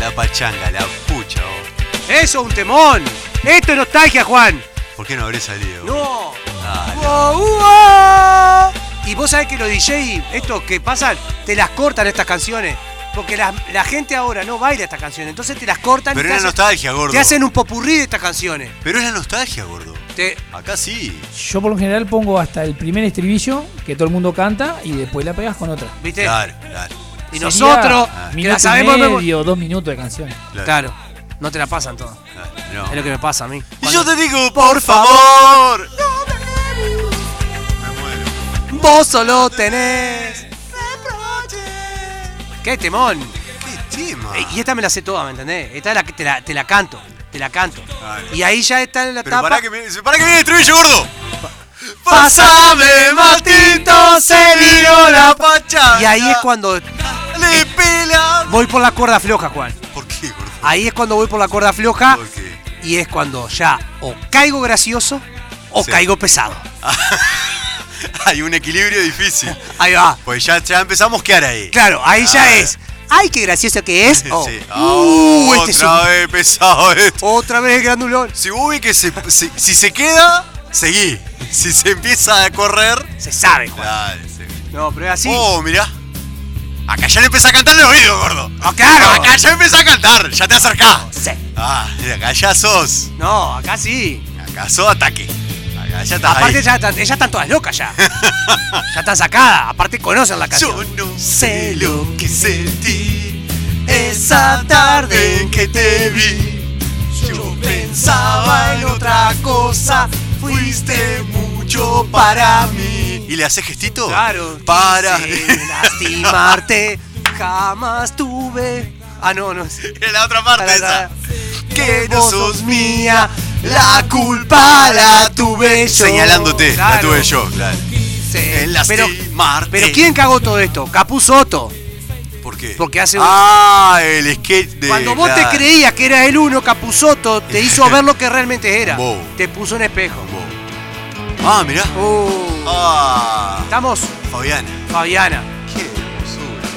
Speaker 3: La pachanga, la pucha, vos.
Speaker 2: ¡Eso es un temón! Esto es nostalgia, Juan.
Speaker 3: ¿Por qué no habré salido?
Speaker 2: No.
Speaker 3: Ah,
Speaker 2: Wow, wow. Y vos sabés que los DJ, estos que pasan, te las cortan estas canciones. Porque la, la gente ahora no baila estas canciones. Entonces te las cortan y te,
Speaker 3: Pero era
Speaker 2: hacen,
Speaker 3: nostalgia, gordo.
Speaker 2: te hacen un popurrí de estas canciones.
Speaker 3: Pero es la nostalgia, gordo.
Speaker 2: Te-
Speaker 3: Acá sí.
Speaker 5: Yo por lo general pongo hasta el primer estribillo que todo el mundo canta y después la pegas con otra.
Speaker 2: ¿Viste?
Speaker 3: Claro, claro.
Speaker 2: Y
Speaker 5: Sería
Speaker 2: nosotros, que
Speaker 5: minuto
Speaker 2: la
Speaker 5: y
Speaker 2: sabemos de memoria-
Speaker 5: medio, dos minutos de canción.
Speaker 3: claro,
Speaker 2: Claro, no te la pasan todas.
Speaker 3: claro, no.
Speaker 2: Es lo que me pasa a mí.
Speaker 3: Y
Speaker 2: Cuando-
Speaker 3: yo te digo, por favor. Me muero.
Speaker 2: Vos solo tenés. ¡Qué temón!
Speaker 3: Qué tema.
Speaker 2: Eh, Y esta me la sé toda, ¿me entendés? Esta es la que te la, te la canto, te la canto.
Speaker 3: Dale.
Speaker 2: Y ahí ya está en la
Speaker 3: Pero
Speaker 2: tapa.
Speaker 3: para que me, para que viene el estribillo, gordo.
Speaker 2: Pásame Martito, se vino la
Speaker 3: pachanga.
Speaker 2: Y ahí es cuando
Speaker 3: Le pela.
Speaker 2: voy por la cuerda floja, Juan.
Speaker 3: ¿Por qué, gordo?
Speaker 2: Ahí es cuando voy por la cuerda floja.
Speaker 3: ¿Por qué?
Speaker 2: Y es cuando ya o caigo gracioso o
Speaker 3: Sí.
Speaker 2: caigo pesado.
Speaker 3: Hay un equilibrio difícil.
Speaker 2: Ahí va.
Speaker 3: Pues ya, ya empezamos quedar ahí.
Speaker 2: Claro, ahí
Speaker 3: Ah.
Speaker 2: ya es. ¡Ay, qué gracioso que es! o,
Speaker 3: Sí.
Speaker 2: "Uh,
Speaker 3: Ah,
Speaker 2: este es
Speaker 3: otra
Speaker 2: un-
Speaker 3: vez pesado esto.
Speaker 2: Otra vez el grandulón.
Speaker 3: Si vos ves que se, si, si se queda, seguí. Si se empieza a correr,
Speaker 2: Se sabe, Juan.
Speaker 3: dale, seguí.
Speaker 2: No, pero es así.
Speaker 3: Oh, mirá. Acá ya le empezás a cantar en el oído, gordo.
Speaker 2: Ah, claro.
Speaker 3: Acá ya empezás a cantar, ya te acercás.
Speaker 2: Sí.
Speaker 3: Ah, acá ya sos.
Speaker 2: No, acá sí.
Speaker 3: Acá sos ataque. Acá ya estás
Speaker 2: Aparte,
Speaker 3: ahí.
Speaker 2: ya, están- ellas están todas locas ya. ya están sacadas. Aparte, conocen la canción.
Speaker 3: Yo no sé lo que sentí esa
Speaker 2: tarde
Speaker 3: tarde en que te vi. Yo pensaba en otra cosa, fuiste mucho para mí. ¿Y le haces gestito?
Speaker 2: Claro.
Speaker 3: Para.
Speaker 2: quise lastimarte jamás tuve. Ah, no, no. es-
Speaker 3: en la otra parte
Speaker 2: Para,
Speaker 3: esa.
Speaker 2: para.
Speaker 3: Que no sos mía, la culpa la tuve yo. Señalándote, la
Speaker 2: Claro.
Speaker 3: tuve yo, claro.
Speaker 2: Sí.
Speaker 3: En
Speaker 2: Pero,
Speaker 3: lastimarte.
Speaker 2: pero ¿quién cagó todo esto? Capuzotto.
Speaker 3: ¿Por qué?
Speaker 2: Porque hace un-
Speaker 3: Ah, el skate de.
Speaker 2: Cuando vos te
Speaker 3: claro.
Speaker 2: creías que era el uno, Capuzotto te hizo ver lo que realmente era.
Speaker 3: Wow.
Speaker 2: Te puso un espejo.
Speaker 3: Wow. Ah, mirá.
Speaker 2: Uh,
Speaker 3: Ah,
Speaker 2: Estamos,
Speaker 3: Fabiana.
Speaker 2: Fabiana.
Speaker 3: Qué hermosura.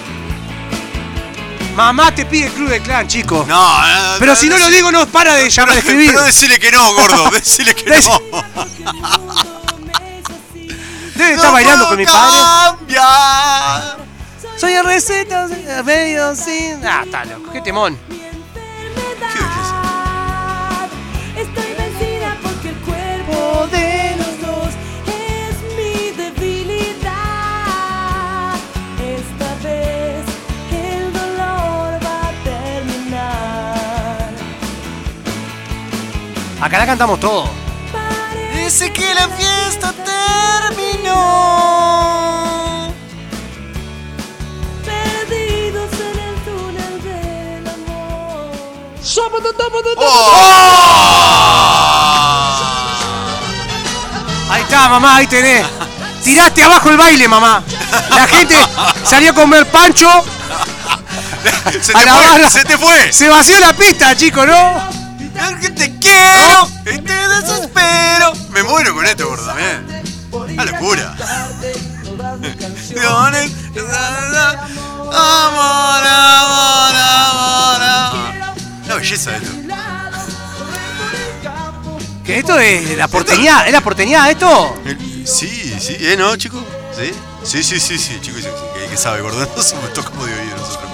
Speaker 2: Mamá te pide el club de clan, chicos.
Speaker 3: No, eh, no, no,
Speaker 2: Pero si no lo digo, no para de llamar a escribir.
Speaker 3: Pero decile que no, gordo. Decile que
Speaker 2: Dec-
Speaker 3: no.
Speaker 2: Debe estar bailando con mi padre.
Speaker 3: Cambia.
Speaker 2: Soy el receta, medio sin. Ah, está loco. Qué temón.
Speaker 3: Qué belleza.
Speaker 6: Estoy vencida porque el cuerpo de los dos es mi debilidad. Esta vez el dolor va a terminar.
Speaker 2: Acá la cantamos todo.
Speaker 3: Dice que la fiesta terminó.
Speaker 6: Perdidos en el túnel del amor.
Speaker 2: ¡Oh!
Speaker 3: ¡Oh!
Speaker 2: Ahí está, mamá, ahí tenés. Tiraste abajo el baile, mamá. La gente salió a comer pancho,
Speaker 3: Se te
Speaker 2: A la
Speaker 3: fue.
Speaker 2: barra.
Speaker 3: Se te fue.
Speaker 2: se vació la pista, chicos, ¿no?
Speaker 3: Es que te quiero y te desespero. Me muero con esto, gordo. eh. Una locura. Canciones, amor, amor, amor, amor. Una belleza esto.
Speaker 2: Que esto es la porteñada, ¿es la porteñada esto?
Speaker 3: Sí, sí, ¿eh? ¿No, chico? ¿Sí? Sí, sí, sí, sí, chicos, sí, sí, que, que sabe, gordo. No se me como de oído nosotros.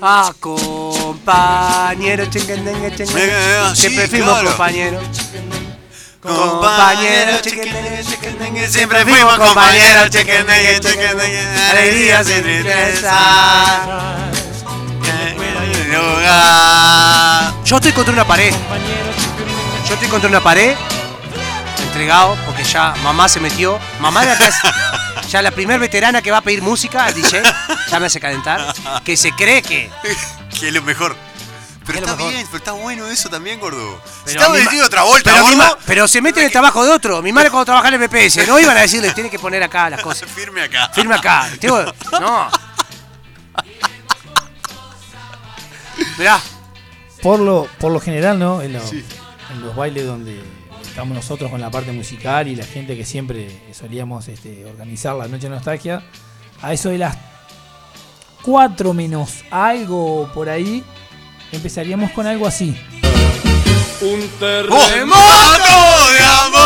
Speaker 2: Ah, compañero, chinguendengue, chinguendengue.
Speaker 3: Eh, eh,
Speaker 2: Siempre
Speaker 3: sí,
Speaker 2: fuimos
Speaker 3: claro.
Speaker 2: compañero.
Speaker 3: Compañero, chiquendengue, chiquendengue, siempre fuimos compañeros, chiquendengue, chiquendengue, alegrías y tristeza. En el hogar.
Speaker 2: Yo estoy contra una pared. Yo estoy contra una pared. Entregado, porque ya mamá se metió. Mamá era la- ya la primer veterana que va a pedir música al DJ. Ya me hace calentar. Que se cree que.
Speaker 3: que es lo mejor. Pero
Speaker 2: Es lo
Speaker 3: está
Speaker 2: mejor.
Speaker 3: bien, pero está bueno eso también, gordo. Si
Speaker 2: Pero
Speaker 3: Estaba
Speaker 2: a mí ma-
Speaker 3: vestido de otra vuelta,
Speaker 2: Pero, mi
Speaker 3: gordo.
Speaker 2: ma- pero se mete en el trabajo de otro. Mi madre cuando trabajaba en el BPS, no iban a decirle, tiene que poner acá las cosas.
Speaker 3: Firme acá.
Speaker 2: Firme acá. Digo, no. Mirá,
Speaker 7: Por lo, por lo general, ¿no? En, los- en los bailes donde estamos nosotros con la parte musical y la gente que siempre solíamos este, organizar la noche de nostalgia, a eso de las 4 menos algo por ahí, empezaríamos con algo así.
Speaker 3: ¡Terremoto de amor!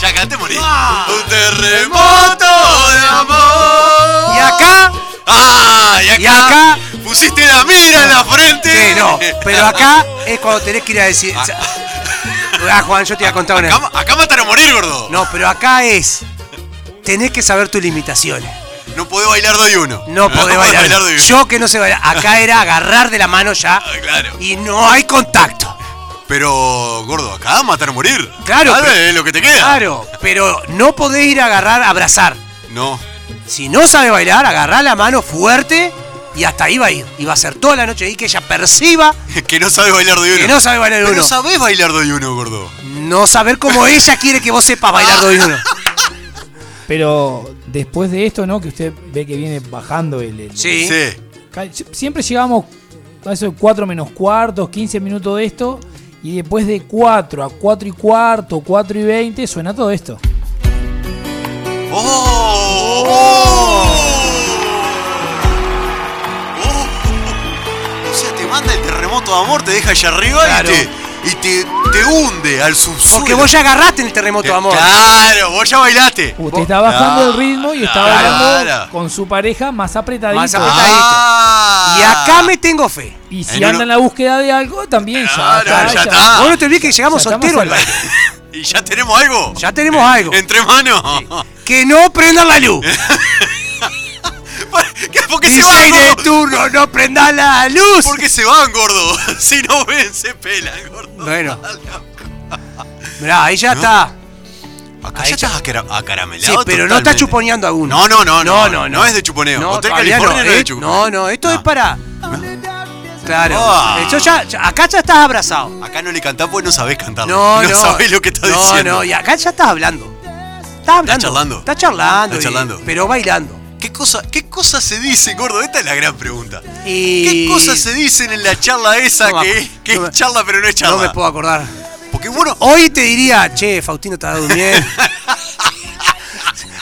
Speaker 3: Ya acá te morís.
Speaker 2: Ah.
Speaker 3: Un terremoto de amor.
Speaker 2: y acá,
Speaker 3: ¡Ah! Y acá.
Speaker 2: y acá.
Speaker 3: Pusiste la mira en la frente.
Speaker 2: Sí, no. Pero acá es cuando tenés que ir a decir. Ah, Juan, yo te iba a contar una.
Speaker 3: Acá, ma- acá matan a morir, gordo.
Speaker 2: No, pero acá es. Tenés que saber tus limitaciones.
Speaker 3: No podés bailar doy uno.
Speaker 2: No podés
Speaker 3: Ah, podés
Speaker 2: bailar.
Speaker 3: doy uno.
Speaker 2: Yo que no sé bailar. Acá era agarrar de la mano ya.
Speaker 3: Ah, claro.
Speaker 2: Y no hay contacto.
Speaker 3: Pero, gordo, acá matar a morir.
Speaker 2: Claro,
Speaker 3: Dale,
Speaker 2: pero-
Speaker 3: es lo que te queda.
Speaker 2: Claro, pero no podés ir a agarrar, a abrazar.
Speaker 3: No.
Speaker 2: Si no sabe bailar, agarrá la mano fuerte y hasta ahí va a ir. Y va a ser toda la noche ahí que ella perciba
Speaker 3: Que no sabes bailar doy uno.
Speaker 2: que no sabe bailar
Speaker 3: Pero
Speaker 2: uno.
Speaker 3: sabés bailar doy uno, gordo.
Speaker 2: No saber cómo ella quiere que vos sepas
Speaker 3: Ah.
Speaker 2: bailar doy uno.
Speaker 7: Pero después de esto, ¿no? Que usted ve que viene bajando el... el-
Speaker 2: Sí.
Speaker 3: Sí.
Speaker 7: Ca- Siempre llegamos a eso de 4 menos cuartos, 15 minutos de esto. Y después de 4 a 4 y cuarto, 4 y 20, suena todo esto.
Speaker 3: ¡Oh! ¡Oh! ¡Oh! O sea, te manda el terremoto de amor, te deja allá arriba
Speaker 2: Claro.
Speaker 3: y, te, y te, te hunde al subsuelo. Eh,
Speaker 2: Porque vos ya agarraste en el terremoto, amor.
Speaker 3: Claro, vos ya bailaste.
Speaker 7: Usted está bajando el ritmo y está
Speaker 3: Ah, Claro.
Speaker 7: bailando con su pareja más apretadito. Ah,
Speaker 2: Más apretadito.
Speaker 3: Ah.
Speaker 2: Y acá me tengo fe.
Speaker 7: Y si
Speaker 3: En uno-
Speaker 7: anda en la búsqueda de algo, también ya.
Speaker 3: Claro, ya está. Ah.
Speaker 2: Vos no te olvides que llegamos
Speaker 7: Ya estamos
Speaker 2: solteros al
Speaker 7: al-
Speaker 2: baile.
Speaker 3: ¿Y ya tenemos algo?
Speaker 2: Ya tenemos algo.
Speaker 3: ¿Entre manos?
Speaker 2: Que no prendan la luz.
Speaker 3: ¿Para- qué- ¿Por qué se van,
Speaker 2: Dice de
Speaker 3: gordo?
Speaker 2: turno, no prendan la luz.
Speaker 3: ¿Por qué se van, gordo? Si no ven, se pelan, gordo.
Speaker 2: Bueno. Mirá, ahí ya está.
Speaker 3: Acá
Speaker 2: Ahí
Speaker 3: ya
Speaker 2: ya-
Speaker 3: estás acara- acaramelado
Speaker 2: Sí, pero no está
Speaker 3: totalmente.
Speaker 2: chuponeando a uno.
Speaker 3: No, no, no, no, no es de chuponeo. Hotel
Speaker 2: todavía
Speaker 3: California no es de
Speaker 2: eh.
Speaker 3: chuponeo.
Speaker 2: No, no, esto
Speaker 3: No.
Speaker 2: es para. Claro.
Speaker 3: Ah.
Speaker 2: Eso ya, ya- acá ya estás abrazado.
Speaker 3: Acá no le cantás porque no sabés cantar.
Speaker 2: No, no.
Speaker 3: sabés lo que estás
Speaker 2: no,
Speaker 3: diciendo.
Speaker 2: No, y acá ya estás hablando. Estás hablando.
Speaker 3: charlando.
Speaker 2: Estás charlando.
Speaker 3: Estás
Speaker 2: y-
Speaker 3: charlando.
Speaker 2: pero bailando.
Speaker 3: ¿Qué cosa, ¿Qué cosa se dice, gordo? Esta es la gran pregunta.
Speaker 2: Y...
Speaker 3: ¿Qué cosas se dicen en la charla esa
Speaker 2: No me
Speaker 3: que,
Speaker 2: acu-
Speaker 3: que
Speaker 2: no me-
Speaker 3: es charla pero no es charla?
Speaker 2: No me puedo Oh, acordar.
Speaker 3: Porque bueno,
Speaker 2: Hoy te diría, che, Faustino está durmiendo.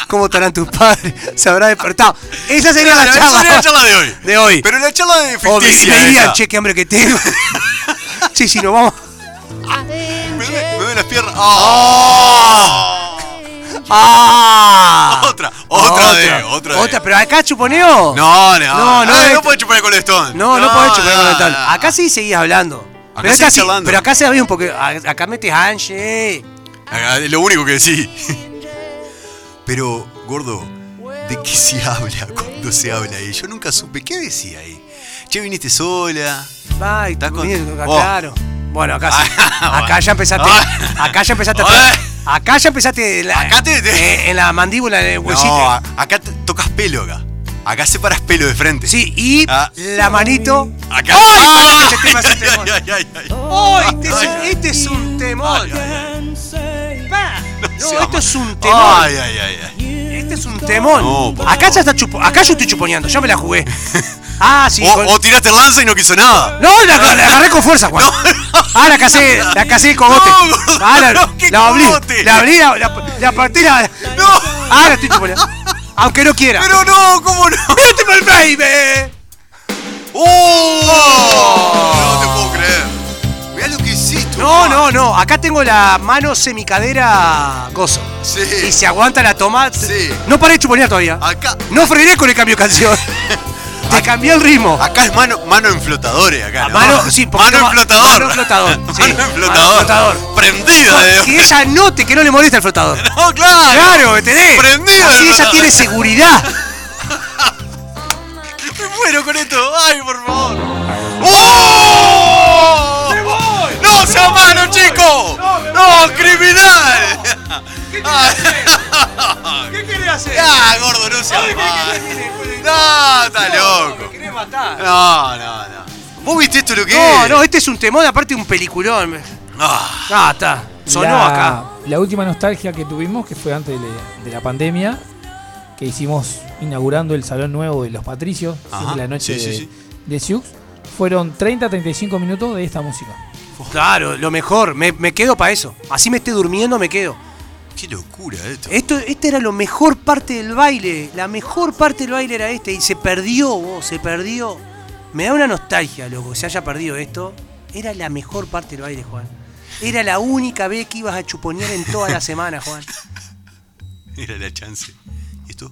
Speaker 2: ¿Cómo estarán tus padres? Se habrá despertado. Esa sería la
Speaker 3: esa
Speaker 2: charla.
Speaker 3: sería la charla de hoy.
Speaker 2: De hoy.
Speaker 3: Pero la charla de
Speaker 2: O me,
Speaker 3: ficticia.
Speaker 2: me dirían,
Speaker 3: esa.
Speaker 2: che, qué hambre que tengo. sí, sí, nos vamos.
Speaker 3: Me duele, me duele las piernas. ¡Ah!
Speaker 2: Oh. ¡Ah!
Speaker 3: Otra, otra, de, otra de.
Speaker 2: pero acá chuponeo.
Speaker 3: No, no.
Speaker 2: No, no
Speaker 3: Ah,
Speaker 2: es-
Speaker 3: no podés chupar con el Stone.
Speaker 2: No, no, podés chuponear con el
Speaker 3: no,
Speaker 2: tal.
Speaker 3: no.
Speaker 2: Acá sí seguís hablando.
Speaker 3: Acá
Speaker 2: pero, acá
Speaker 3: seguís
Speaker 2: sí,
Speaker 3: charlando.
Speaker 2: pero acá se da bien porque a- eh, acá metes Anche.
Speaker 3: Acá Es lo único que sí. Pero, gordo, ¿de qué se habla cuando se habla ahí? Yo nunca supe qué decía ahí. Che, viniste sola.
Speaker 2: Va, y
Speaker 3: Estás con-
Speaker 2: bien,
Speaker 3: Oh.
Speaker 2: Claro. Bueno, acá sí.
Speaker 3: Ah,
Speaker 2: Acá ya empezaste.
Speaker 3: ah.
Speaker 2: Acá ya empezaste. a
Speaker 3: Ah.
Speaker 2: pe- Acá ya empezaste. en la-
Speaker 3: Acá te- te-
Speaker 2: eh, en la mandíbula, en el huesito.
Speaker 3: No, a- acá te- tocas pelo acá. Acá separas pelo de frente.
Speaker 2: Sí, y
Speaker 3: Ah.
Speaker 2: la manito.
Speaker 3: Acá.
Speaker 2: para que ese tema es un temón.
Speaker 3: Ay, ay, ay, ay, ay.
Speaker 2: ¡Ay, este, es, este es un temor! Pa, No,
Speaker 3: Se
Speaker 2: esto
Speaker 3: ama.
Speaker 2: es un temor.
Speaker 3: Ay, ay, ay, ay.
Speaker 2: Este es un temón.
Speaker 3: No, por
Speaker 2: acá ya está chupo, acá yo estoy chuponeando, ya me la jugué. Ah, sí. con-
Speaker 3: O, o tiraste el lanza y no quiso nada.
Speaker 2: No, la, la agarré con fuerza, Juan. ah, la casé, la casé el cogote.
Speaker 3: No, gordo,
Speaker 2: ah, la,
Speaker 3: no, ¿qué
Speaker 2: la abrí,
Speaker 3: cogote?
Speaker 2: la abrí, la, la, la partí, la-
Speaker 3: No.
Speaker 2: Ah, la estoy chuponeando. Aunque no quiera.
Speaker 3: Pero no, ¿cómo no?
Speaker 2: ¡Beautiful baby!
Speaker 3: ¡Oh! No te puedo creer. Mirá lo que hiciste.
Speaker 2: No,
Speaker 3: Juan.
Speaker 2: no, no. Acá tengo la mano semicadera gozo.
Speaker 3: Sí.
Speaker 2: Y se aguanta la toma.
Speaker 3: Sí. Ah.
Speaker 2: No paré de chuponear todavía.
Speaker 3: Acá.
Speaker 2: No frené con el cambio de canción. Te cambié el ritmo.
Speaker 3: Acá es mano, mano en flotadores, acá, ¿no?
Speaker 2: Ah, Mano- sí, poquito
Speaker 3: mano en
Speaker 2: ma-
Speaker 3: flotador.
Speaker 2: mano en flotador, sí.
Speaker 3: mano en
Speaker 2: Mano en
Speaker 3: flotador.
Speaker 2: flotador.
Speaker 3: Prendida, de-
Speaker 2: Que ella note que no le molesta el flotador.
Speaker 3: No, claro.
Speaker 2: Claro, ¿entendés?
Speaker 3: Prendida
Speaker 2: Así
Speaker 3: el
Speaker 2: ella
Speaker 3: flotador.
Speaker 2: tiene seguridad.
Speaker 3: Me muero con esto. Ay, por favor. ¡Oh! ¡No sea mano, chico! ¡No, criminal!
Speaker 2: ¿Qué querés hacer?
Speaker 3: ¡Ah, gordo, no sea malo! ¡No, está loco!
Speaker 2: querés matar?
Speaker 3: No, no, no. ¿Vos viste esto lo que
Speaker 2: No,
Speaker 3: es?
Speaker 2: no, este es un temón, aparte un peliculón.
Speaker 3: Ah,
Speaker 2: Ah, está. Sonó
Speaker 7: la,
Speaker 2: acá.
Speaker 7: La última nostalgia que tuvimos, que fue antes de, de la pandemia, que hicimos inaugurando el salón nuevo de los Patricios,
Speaker 3: Ajá,
Speaker 7: siempre la noche
Speaker 3: sí, sí,
Speaker 7: de,
Speaker 3: sí.
Speaker 7: de Siux, fueron 30-35 minutos de esta música.
Speaker 2: Claro, lo mejor. Me, me quedo para eso. Así me esté durmiendo, me quedo.
Speaker 3: qué locura esto.
Speaker 2: Esto, esta era lo mejor parte del baile. La mejor parte del baile era este. Y se perdió, vos, se perdió. Me da una nostalgia, loco, que se haya perdido esto. Era la mejor parte del baile, Juan. Era la única vez que ibas a chuponear en toda la semana, Juan.
Speaker 3: Era la chance. ¿Y esto?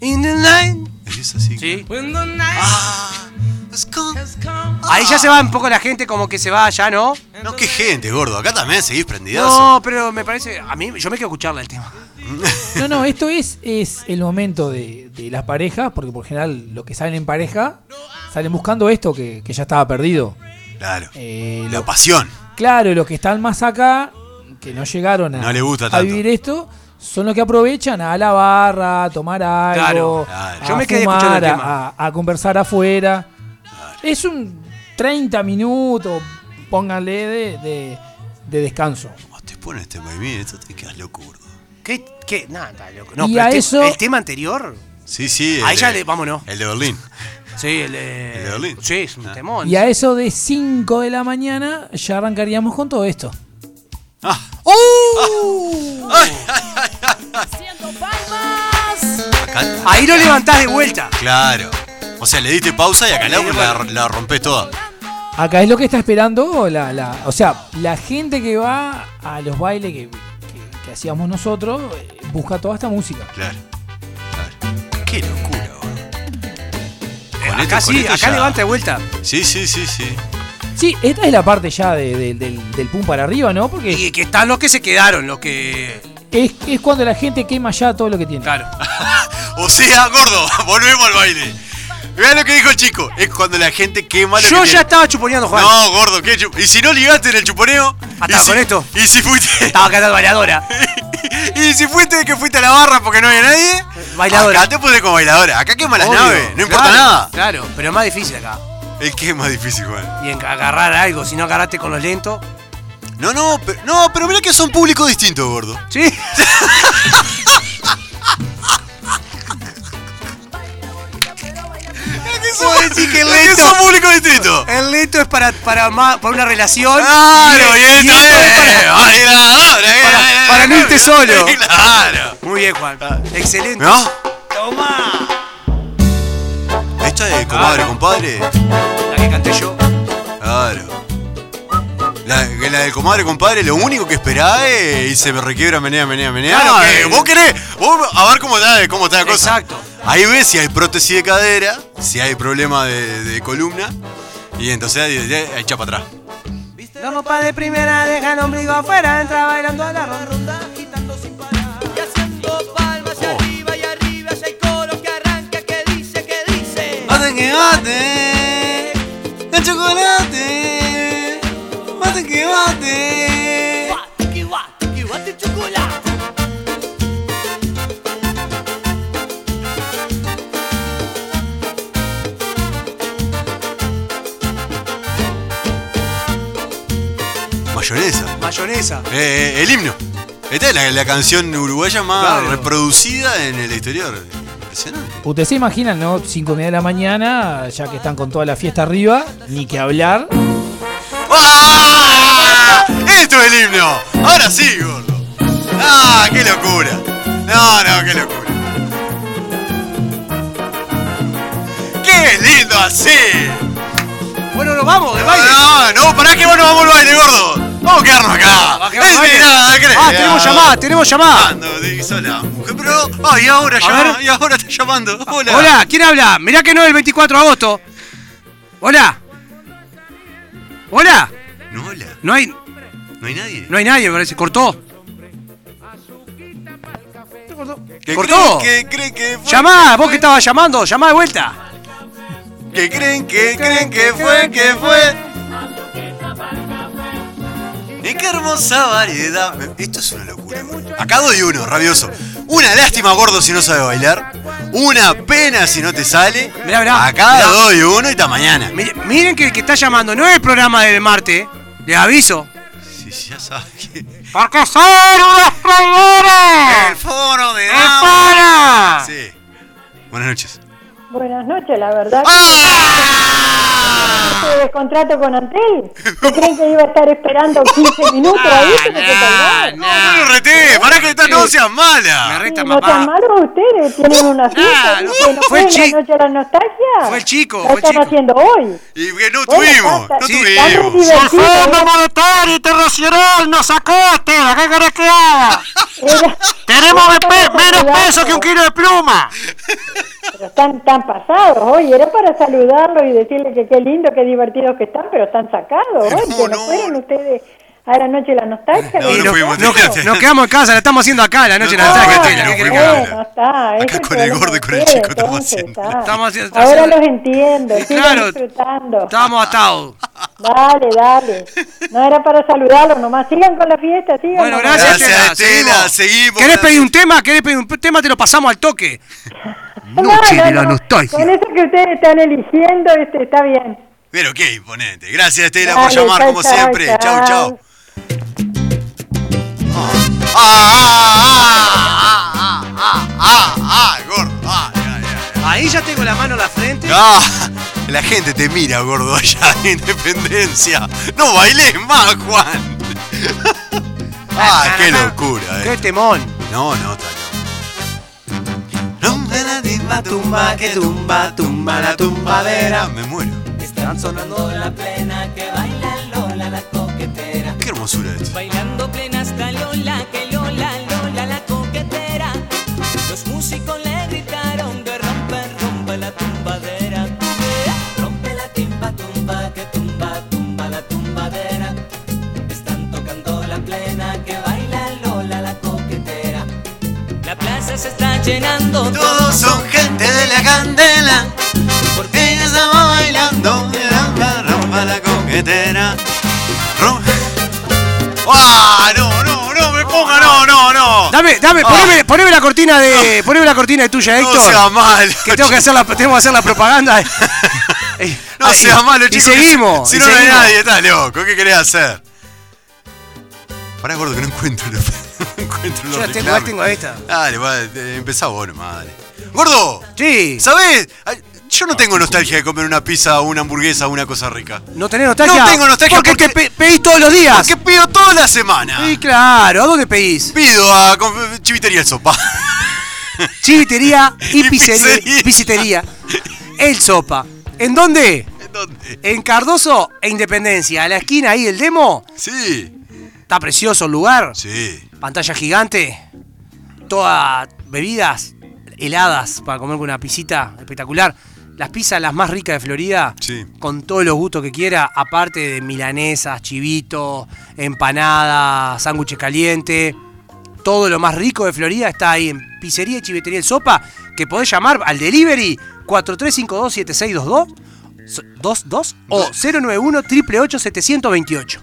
Speaker 2: In the line.
Speaker 3: ¿Es así?
Speaker 2: Sí.
Speaker 3: Ah, es con-
Speaker 2: Ahí ya se va
Speaker 7: Ah.
Speaker 2: un poco la gente, como que se va ya, ¿no?
Speaker 3: No, qué gente, gordo. Acá también seguís prendidazo.
Speaker 2: No, pero me parece. A mí, yo me quiero escucharla el tema.
Speaker 7: No, no, esto es, es el momento de, de las parejas, porque por general los que salen en pareja salen buscando esto que, que ya estaba perdido.
Speaker 3: Claro.
Speaker 7: Eh,
Speaker 3: La
Speaker 7: lo-
Speaker 3: pasión.
Speaker 7: claro, los que están más acá, que no llegaron a,
Speaker 3: No le gusta
Speaker 7: a
Speaker 3: tanto.
Speaker 7: vivir esto, son los que aprovechan a la barra, a tomar algo,
Speaker 2: Claro,
Speaker 3: claro.
Speaker 7: a
Speaker 2: Yo me quedé
Speaker 7: fumar,
Speaker 2: escuchando el
Speaker 7: a- A, a conversar afuera. Es un 30 minutos, pónganle, de, de- de descanso.
Speaker 3: Vos te pones este movimiento, te quedas loco, gordo.
Speaker 2: ¿Qué? ¿Qué? Nada, está loco. No,
Speaker 7: Y
Speaker 2: pero
Speaker 7: a
Speaker 2: el, te-
Speaker 7: eso-
Speaker 2: el tema anterior.
Speaker 3: Sí, sí. el
Speaker 2: Ahí ya
Speaker 3: de-
Speaker 2: le. Vámonos.
Speaker 3: El de Berlín.
Speaker 2: Sí, el de.
Speaker 3: ¿El de Berlín?
Speaker 2: Sí, es un
Speaker 3: Ah.
Speaker 2: temón.
Speaker 7: Y a eso de 5 de la mañana ya arrancaríamos con todo esto.
Speaker 3: Ah,
Speaker 6: Haciendo palmas.
Speaker 3: acá.
Speaker 2: Ahí lo levantás de vuelta.
Speaker 3: Claro. O sea, le diste pausa y acá la, la, la rompés toda.
Speaker 7: Acá es lo que está esperando la, la- o sea, la gente que va a los bailes que, que- que hacíamos nosotros eh, busca toda esta música.
Speaker 3: Claro. claro. Qué locura, gordo. Con esto-
Speaker 2: Acá
Speaker 3: con
Speaker 2: sí,
Speaker 3: esto
Speaker 2: acá
Speaker 3: ya-
Speaker 2: levanta de vuelta.
Speaker 3: Sí, sí, sí, sí.
Speaker 7: Sí, esta es la parte ya de- de- del, del pum para arriba, ¿no? Porque
Speaker 2: Y que están los que se quedaron, los que.
Speaker 7: es, es cuando la gente quema ya todo lo que tiene.
Speaker 2: Claro.
Speaker 3: Ah, O sea, gordo, volvemos al baile. Vean lo que dijo el chico. Es cuando la gente quema
Speaker 2: Yo
Speaker 3: lo que
Speaker 2: ya
Speaker 3: tiene.
Speaker 2: estaba chuponeando, Juan.
Speaker 3: No, gordo, ¿qué chup- Y si no ligaste en el chuponeo.
Speaker 2: Hasta
Speaker 3: y si-
Speaker 2: con esto.
Speaker 3: Y si fuiste.
Speaker 2: Estaba cantando bailadora.
Speaker 3: y si fuiste que fuiste a la barra porque no había nadie.
Speaker 2: Bailadora.
Speaker 3: Acá te pones como bailadora. Acá quema las
Speaker 2: Obvio,
Speaker 3: naves. No importa
Speaker 2: claro,
Speaker 3: nada.
Speaker 2: Claro, pero es más difícil acá.
Speaker 3: El que es más difícil, Juan.
Speaker 2: Y en- agarrar algo, si no agarraste con los lentos.
Speaker 3: No, no, pero, no, pero mirá que son públicos distintos, gordo.
Speaker 2: Sí. Vos decís que el
Speaker 3: Mirá que
Speaker 2: lento-
Speaker 3: son públicos distintos.
Speaker 2: El lento es para, para, más, para una relación.
Speaker 3: Claro, y esto es. bailadora, eh,
Speaker 2: para-
Speaker 3: eh,
Speaker 2: para
Speaker 3: eh,
Speaker 2: no irte solo.
Speaker 3: Claro.
Speaker 2: Muy bien, Juan. Excelente.
Speaker 3: Ah. ¿No?
Speaker 2: Toma.
Speaker 3: Esta es comadre, compadre.
Speaker 2: La que canté yo.
Speaker 3: Claro. La, que la del comadre, compadre, lo único que esperá es. Y se me requiebra, menea, menea, menea.
Speaker 2: Claro que-
Speaker 3: Eh, vos querés. Vos a ver cómo está, cómo está la cosa.
Speaker 2: Exacto.
Speaker 3: Ahí ves si hay prótesis de cadera, si hay problema de, de columna. Y entonces ahí- ahí- ahí echa para atrás.
Speaker 2: La ropa de primera deja el ombligo afuera, entra bailando a la ronda.
Speaker 1: Y haciendo palmas y arriba y arriba ya hay coro que arranca que dice, que dice.
Speaker 3: Mate que mate, el chocolate. Mate que mate.
Speaker 1: Tiki wa, tiki wa, tiki chocolate.
Speaker 3: Mayonesa.
Speaker 2: Mayonesa.
Speaker 3: Eh, el himno. Esta es la, la canción uruguaya más
Speaker 2: Claro.
Speaker 3: reproducida en el exterior. Impresionante.
Speaker 7: Ustedes se imaginan, ¿no? 5 media de la mañana, ya que están con toda la fiesta arriba, ni que hablar.
Speaker 3: ¡Ah! ¡Esto es el himno! Ahora sí, gordo. ¡Ah, qué locura! No, no, qué locura. ¡Qué lindo así!
Speaker 2: Bueno, nos vamos de baile.
Speaker 3: No, no, no, pará que vos no vamos al baile, gordo. Vamos a quedarnos acá.
Speaker 2: Va, que vamos
Speaker 3: Es
Speaker 2: al baile.
Speaker 3: nada, ¿qué Ah,
Speaker 2: Ah,
Speaker 3: crees?
Speaker 2: tenemos llamada, tenemos llamada.
Speaker 3: Ando, dice la mujer, pero. ¡Ay, ahora llama!
Speaker 2: ver.
Speaker 3: ¡Y ahora está llamando! ¡Hola!
Speaker 2: Hola, ¿quién habla? Mirá que no es el 24 de agosto. Hola. Hola.
Speaker 3: No, hola.
Speaker 2: No hay,
Speaker 3: No hay nadie.
Speaker 2: no hay nadie, me parece. Cortó.
Speaker 3: ¿Qué
Speaker 2: cortó.
Speaker 3: creen que creen que fue?
Speaker 2: Llamá, vos que estabas llamando, llamá de vuelta.
Speaker 3: ¿Qué creen que creen que fue? que fue? Y qué hermosa variedad. Esto es una locura. gordo. Acá doy uno, rabioso. Una lástima, gordo, si no sabe bailar. Una pena si no te sale.
Speaker 2: Mirá, mirá,
Speaker 3: Acá
Speaker 2: mirá.
Speaker 3: doy uno y hasta mañana.
Speaker 2: Miren, miren que el que está llamando no es el programa del martes. eh. Les aviso.
Speaker 3: Sí, sí, ya sabes que.
Speaker 2: Porque son unos traidores.
Speaker 3: El foro de
Speaker 2: ¡Es
Speaker 3: Dama.
Speaker 2: para!
Speaker 3: Sí. Buenas noches.
Speaker 8: Buenas noches, la verdad.
Speaker 3: ¡Ah!
Speaker 8: Tuve descontrato con Antel. ¿Te creen que iba a estar esperando 15 minutos ahí?
Speaker 2: Ah,
Speaker 8: que me colgaron?
Speaker 3: No, no lo reté, pará que esta no seas
Speaker 2: Me
Speaker 3: mala.
Speaker 2: reta,
Speaker 8: ¿No
Speaker 2: papá.
Speaker 8: están malos ustedes? ¿Tienen una fiesta?
Speaker 2: no,
Speaker 8: ¿Dicen, ¿No
Speaker 2: fue
Speaker 8: fue
Speaker 2: el
Speaker 8: la
Speaker 2: chico.
Speaker 8: noche de la nostalgia?
Speaker 2: Fue el chico,
Speaker 8: ¿La
Speaker 2: fue el
Speaker 8: están
Speaker 2: chico.
Speaker 8: haciendo hoy?
Speaker 3: Y que no
Speaker 8: Bueno,
Speaker 3: tuvimos,
Speaker 8: basta,
Speaker 3: no
Speaker 8: sí, está muy
Speaker 3: tuvimos.
Speaker 8: divertido.
Speaker 2: Fondo Monetario Internacional nos sacaste, ¿a qué querés que haga?
Speaker 8: Era-
Speaker 2: Tenemos de pe- menos
Speaker 8: Saludarlo.
Speaker 2: peso que un kilo de pluma.
Speaker 8: Pero están tan pasados hoy. Era para saludarlo y decirle que qué lindo, qué divertidos que están, pero están sacados hoy.
Speaker 3: No,
Speaker 8: Que no
Speaker 3: no.
Speaker 8: fueron ustedes a la noche de la nostalgia.
Speaker 3: No,
Speaker 8: ¿Le
Speaker 3: no
Speaker 8: dijeron?
Speaker 3: fuimos,
Speaker 2: Nos,
Speaker 3: Tela.
Speaker 2: nos quedamos en casa, la estamos haciendo acá la noche de
Speaker 3: No,
Speaker 2: la
Speaker 3: no,
Speaker 2: tarde.
Speaker 3: no,
Speaker 2: ¿qué
Speaker 3: no,
Speaker 2: querés que haga?
Speaker 8: Bueno, está. ese
Speaker 3: Acá
Speaker 8: es
Speaker 3: con el
Speaker 8: problema
Speaker 3: gordo y
Speaker 8: de
Speaker 3: con el
Speaker 8: ustedes,
Speaker 3: chico estamos
Speaker 8: entonces,
Speaker 3: haciendo.
Speaker 8: está.
Speaker 2: Estamos haciendo-
Speaker 8: Ahora
Speaker 2: haciendo-
Speaker 8: los entiendo, sigan
Speaker 2: claro.
Speaker 8: disfrutando.
Speaker 2: Estábamos atados.
Speaker 8: Dale, dale. No era para saludarlo nomás. Sigan con la fiesta, sigan.
Speaker 2: Bueno,
Speaker 8: nomás.
Speaker 2: gracias,
Speaker 3: Gracias, Tela,
Speaker 2: Tela.
Speaker 3: seguimos.
Speaker 2: ¿Querés pedir un tema? ¿Querés pedir un tema? Te lo pasamos al toque.
Speaker 8: No,
Speaker 2: Noche
Speaker 8: no,
Speaker 2: de la
Speaker 8: no.
Speaker 2: nostalgia.
Speaker 8: Con eso que ustedes están eligiendo, este, está bien.
Speaker 3: Pero qué imponente. Gracias, Estela, por
Speaker 8: Dale,
Speaker 3: llamar,
Speaker 8: chau,
Speaker 3: como
Speaker 8: chau,
Speaker 3: siempre. Chau,
Speaker 8: chau.
Speaker 3: chau. Ah, ah, ah, ah, ah, ah, ah, gordo. Ah, ya, ya, ya.
Speaker 2: Ahí ya tengo la mano en la frente.
Speaker 3: Ah, la gente te mira, gordo, allá en Independencia. No bailes más, Juan. Ah, qué locura, eh.
Speaker 2: ¡Qué temón!
Speaker 3: No, no, está la
Speaker 1: tumba, que tumba, tumba la tumbadera.
Speaker 3: Me muero.
Speaker 1: Están sonando la plena que baila Lola la coquetera.
Speaker 3: Qué hermosura esto.
Speaker 1: Bailando plena hasta Lola, que Lola, Lola la coquetera. Los músicos le gritaron que rompe, rompe la tumbadera. Rompe la timba, tumba, que tumba, tumba la tumbadera. Están tocando la plena que baila Lola la coquetera. La plaza se está llenando,
Speaker 3: Todos son gente de la candela. Por ti estamos bailando. Rompa, rompa la coquetera. Rompa. ¡Ah! No, no, no, me ponga, no, no, no.
Speaker 2: Dame, dame,
Speaker 3: Ah.
Speaker 2: poneme, poneme la cortina de. Poneme la cortina de tuya,
Speaker 3: No sea
Speaker 2: Héctor.
Speaker 3: malo.
Speaker 2: que tengo que hacer la, tenemos que hacer la propaganda. Ey,
Speaker 3: No
Speaker 2: ah, y-
Speaker 3: seas malo,
Speaker 2: y
Speaker 3: chicos.
Speaker 2: seguimos.
Speaker 3: Si
Speaker 2: y
Speaker 3: no, no hay
Speaker 2: seguimos.
Speaker 3: nadie, estás loco. ¿Qué querés hacer? Pará, gordo, que no encuentro. los- No encuentro los
Speaker 2: Yo la tengo,
Speaker 3: reclames.
Speaker 2: la tengo a esta.
Speaker 3: Dale, va, eh, empezá vos nomás, dale. ¡Gordo!
Speaker 2: Sí.
Speaker 3: ¿Sabés? Ay, Yo no tengo nostalgia de comer una pizza, una hamburguesa, una cosa rica.
Speaker 2: ¿No tenés nostalgia?
Speaker 3: No tengo nostalgia
Speaker 2: porque,
Speaker 3: porque-
Speaker 2: te pe- pedís todos los días.
Speaker 3: Porque pido toda la semana.
Speaker 2: Sí, claro. ¿A dónde pedís?
Speaker 3: Pido a con- Chivitería el Sopa.
Speaker 2: Chivitería y
Speaker 3: Y
Speaker 2: pizzería.
Speaker 3: pizzería.
Speaker 2: Pizzería. El Sopa. ¿En dónde?
Speaker 3: ¿En dónde?
Speaker 2: En Cardoso e Independencia. A la esquina ahí el demo.
Speaker 3: Sí,
Speaker 2: Está precioso el lugar.
Speaker 3: sí.
Speaker 2: Pantalla gigante. Todas bebidas heladas para comer con una pisita espectacular. Las pizzas las más ricas de Florida.
Speaker 3: Sí.
Speaker 2: Con todos los gustos que quiera. Aparte de milanesas, chivitos, empanadas, sándwiches calientes. Todo lo más rico de Florida está ahí en Pizzería y Chivetería El Sopa. Que podés llamar al delivery 4352-7622 so- 22 o 091 888 728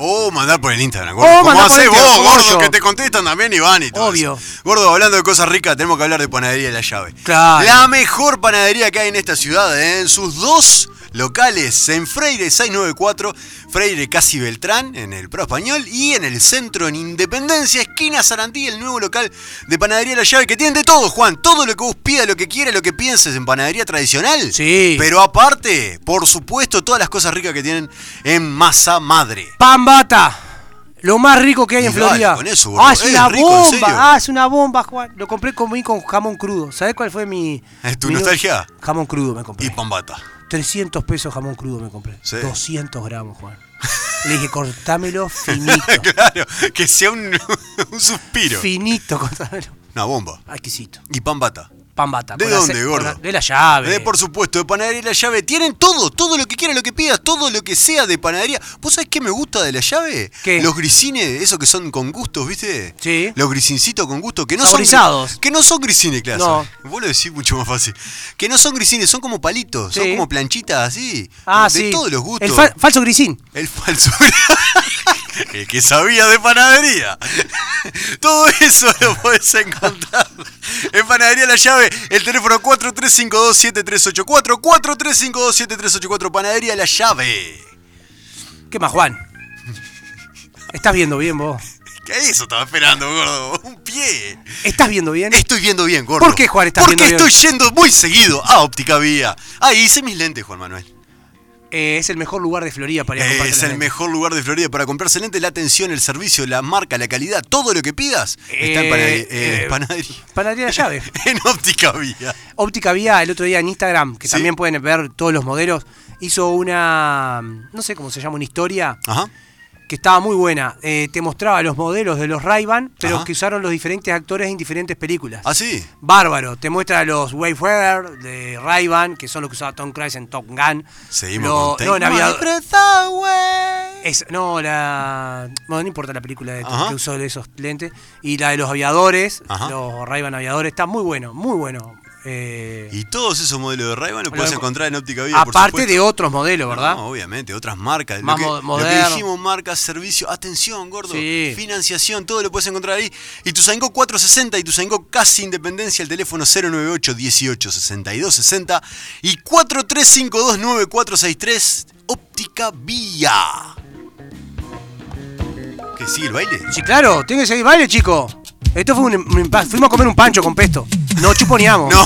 Speaker 3: O mandar por el Instagram, gordo.
Speaker 2: O
Speaker 3: Como
Speaker 2: mandar por
Speaker 3: hacés
Speaker 2: el
Speaker 3: vos,
Speaker 2: Instagram, como
Speaker 3: gordo,
Speaker 2: yo.
Speaker 3: que te contestan también y van y todo.
Speaker 2: Obvio.
Speaker 3: eso. Gordo, hablando de cosas ricas, tenemos que hablar de panadería La Llave.
Speaker 2: Claro.
Speaker 3: La mejor panadería que hay en esta ciudad, ¿eh? en sus dos locales, en Freire 694, Freire Casi Beltrán, en el Pro Español, y en el centro, en Independencia, esquina Sarandí, el nuevo local de Panadería La Llave, que tienen de todo, Juan. Todo lo que vos pidas, lo que quieras, lo que pienses en panadería tradicional.
Speaker 2: Sí.
Speaker 3: Pero aparte, por supuesto, todas las cosas ricas que tienen en masa madre.
Speaker 2: Pan bata. Lo más rico que hay
Speaker 3: Y
Speaker 2: en
Speaker 3: dale
Speaker 2: Florida.
Speaker 3: con eso, boludo.
Speaker 2: ah, es
Speaker 3: Es
Speaker 2: una
Speaker 3: rico, ¿en serio?
Speaker 2: bomba. Ah, es una bomba, Juan. Lo compré comí con jamón crudo. ¿Sabés cuál fue mi.
Speaker 3: ¿Es tu
Speaker 2: mi no-
Speaker 3: nostalgia?
Speaker 2: Jamón crudo me compré.
Speaker 3: Y pambata.
Speaker 2: 300 pesos jamón crudo me compré.
Speaker 3: Sí.
Speaker 2: 200 gramos, Juan. Le dije, cortámelo finito.
Speaker 3: claro, que sea un, un suspiro.
Speaker 2: finito, cortámelo.
Speaker 3: Una bomba.
Speaker 2: Ah, Exquisito.
Speaker 3: Y pambata.
Speaker 2: Pan bata.
Speaker 3: ¿De
Speaker 2: con la
Speaker 3: dónde,
Speaker 2: ce-
Speaker 3: gordo?
Speaker 2: con la- de la llave.
Speaker 3: Eh, por supuesto, de panadería La Llave. Tienen todo, todo lo que quieras, lo que pidas, todo lo que sea de panadería. ¿Vos sabés qué me gusta de La Llave?
Speaker 2: ¿Qué?
Speaker 3: Los grisines, esos que son con gustos, ¿viste?
Speaker 2: Sí.
Speaker 3: Los grisincitos con gusto, que no son...
Speaker 2: Saborizados.
Speaker 3: gri- Que no son grisines, claro.
Speaker 2: No.
Speaker 3: Vos lo decís mucho más fácil. Que no son grisines, son como palitos, son
Speaker 2: Sí.
Speaker 3: como planchitas así.
Speaker 2: ah,
Speaker 3: de
Speaker 2: sí.
Speaker 3: todos los gustos.
Speaker 2: El fa- falso grisín.
Speaker 3: El falso. El que sabía de panadería. Todo eso lo podés encontrar En Panadería La Llave, el teléfono 4352-7384. 4352-7384. Panadería La Llave.
Speaker 2: ¿Qué más, Juan? ¿Estás viendo bien vos?
Speaker 3: ¿Qué eso estaba esperando, gordo? Un pie.
Speaker 2: ¿Estás viendo bien?
Speaker 3: Estoy viendo bien, gordo.
Speaker 2: ¿Por qué, Juan, estás
Speaker 3: Porque
Speaker 2: viendo bien?
Speaker 3: estoy yendo muy seguido a Óptica Vía. Ahí hice mis lentes, Juan Manuel.
Speaker 2: Eh, es el mejor lugar de Florida para ir a comprarte
Speaker 3: Es
Speaker 2: la
Speaker 3: el
Speaker 2: lente.
Speaker 3: mejor lugar de Florida para comprarse lentes, la atención, el servicio, la marca, la calidad, todo lo que pidas está en
Speaker 2: Eh,
Speaker 3: panade- eh,
Speaker 2: eh,
Speaker 3: panadería.
Speaker 2: Panadería La Llave.
Speaker 3: En óptica vía.
Speaker 2: Óptica Vía el otro día en Instagram, que también pueden ver todos los modelos, hizo una, no sé cómo se llama, una historia
Speaker 3: Ajá.
Speaker 2: que estaba muy buena. Eh, te mostraba los modelos de los Ray-Ban, pero
Speaker 3: Ajá.
Speaker 2: que usaron los diferentes actores en diferentes películas.
Speaker 3: ¿Ah, sí?
Speaker 2: Bárbaro, te muestra los Wayfarer de Ray-Ban, que son los que usaba Tom Cruise en Top Gun.
Speaker 3: Seguimos
Speaker 2: Lo-
Speaker 3: con
Speaker 2: no, en
Speaker 3: Take
Speaker 2: aviado-
Speaker 3: My Breath Away.
Speaker 2: Es- no, la. Bueno, no importa la película de
Speaker 3: Ajá.
Speaker 2: que usó esos lentes. Y la de los aviadores,
Speaker 3: Ajá.
Speaker 2: los Ray-Ban aviadores, está muy bueno, muy bueno. Eh,
Speaker 3: Y todos esos modelos de Ray-Ban los
Speaker 2: Lo
Speaker 3: puedes
Speaker 2: enco-
Speaker 3: encontrar en óptica vía. por
Speaker 2: aparte de
Speaker 3: supuesto.
Speaker 2: otros modelos, ¿verdad?
Speaker 3: No, obviamente, otras marcas.
Speaker 2: Ah. Más
Speaker 3: lo,
Speaker 2: mo-
Speaker 3: que, lo que
Speaker 2: moderno.
Speaker 3: dijimos, marcas, servicio, atención, gordo,
Speaker 2: Sí.
Speaker 3: financiación, todo lo puedes encontrar ahí. Y tu 460 y tu casi independencia, el teléfono 098 18 62 60 y 43529463, óptica vía. ¿Que sigue el baile?
Speaker 2: Sí, claro, tiene que seguir baile, chico. Esto fue un, un impa- fuimos a comer un pancho con pesto. No chuponeamos.
Speaker 3: No.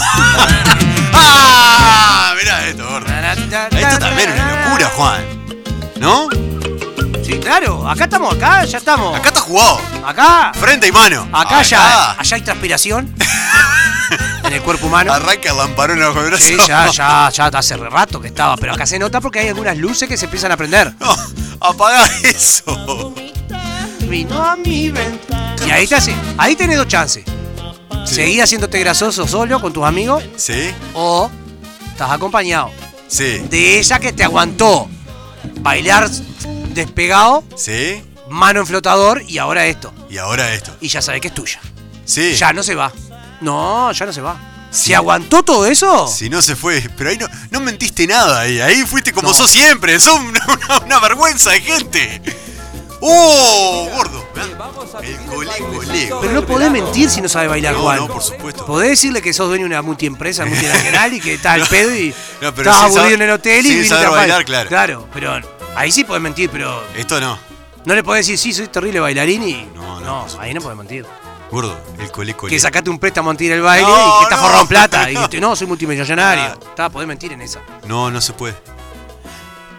Speaker 3: ¡Ah! Mirá esto, gordo. Esto
Speaker 2: Esto
Speaker 3: también es una locura, Juan. ¿No?
Speaker 2: Sí, claro, acá estamos, acá ya estamos.
Speaker 3: Acá está jugado.
Speaker 2: acá,
Speaker 3: Frente y mano. Ah,
Speaker 2: acá ya, eh. allá hay transpiración en el cuerpo humano.
Speaker 3: Arranca el lamparón bajo el brazo.
Speaker 2: Sí, ya, ya, ya hace rato que estaba, pero acá se nota porque hay algunas luces que se empiezan a prender.
Speaker 3: No, apagá eso.
Speaker 2: Vino a mi ventana. Y ahí te hace, ahí tenés dos chances. Seguí haciéndote grasoso solo con tus amigos
Speaker 3: ¿Sí?
Speaker 2: o estás acompañado.
Speaker 3: Sí.
Speaker 2: de ella que te aguantó bailar despegado,
Speaker 3: ¿Sí?
Speaker 2: mano en flotador y ahora esto.
Speaker 3: Y ahora esto.
Speaker 2: Y ya sabe que es tuya.
Speaker 3: Sí.
Speaker 2: Ya no se va. No, ya no se va.
Speaker 3: Sí.
Speaker 2: ¿Se aguantó todo eso?
Speaker 3: Si no se fue, pero ahí no, no mentiste nada, ahí, ahí fuiste como
Speaker 2: No.
Speaker 3: sos siempre, sos una, una- una vergüenza de gente. ¡Oh, gordo! El colé, colé.
Speaker 2: Pero no podés mentir si no sabe bailar,
Speaker 3: No,
Speaker 2: Juan.
Speaker 3: no, por supuesto.
Speaker 2: Podés decirle que sos dueño de una multiempresa multinacional y que está al
Speaker 3: No,
Speaker 2: pedo y
Speaker 3: no, pero
Speaker 2: estás
Speaker 3: sin
Speaker 2: aburrido
Speaker 3: saber-
Speaker 2: en el hotel y
Speaker 3: sin
Speaker 2: viniste
Speaker 3: saber
Speaker 2: a
Speaker 3: bailar, claro.
Speaker 2: Claro, pero ahí sí podés mentir, pero
Speaker 3: Esto no,
Speaker 2: no le podés decir, sí, soy terrible bailarín y.
Speaker 3: No, no,
Speaker 2: No,
Speaker 3: por supuesto.
Speaker 2: ahí no podés mentir.
Speaker 3: gordo, el colé, colé.
Speaker 2: que sacaste un préstamo a tirar el baile
Speaker 3: No,
Speaker 2: y que estás
Speaker 3: no,
Speaker 2: forrado en plata. Y
Speaker 3: no.
Speaker 2: dijiste, no, soy multimillonario.
Speaker 3: Ah.
Speaker 2: Está, podés mentir en esa.
Speaker 3: No, no se puede.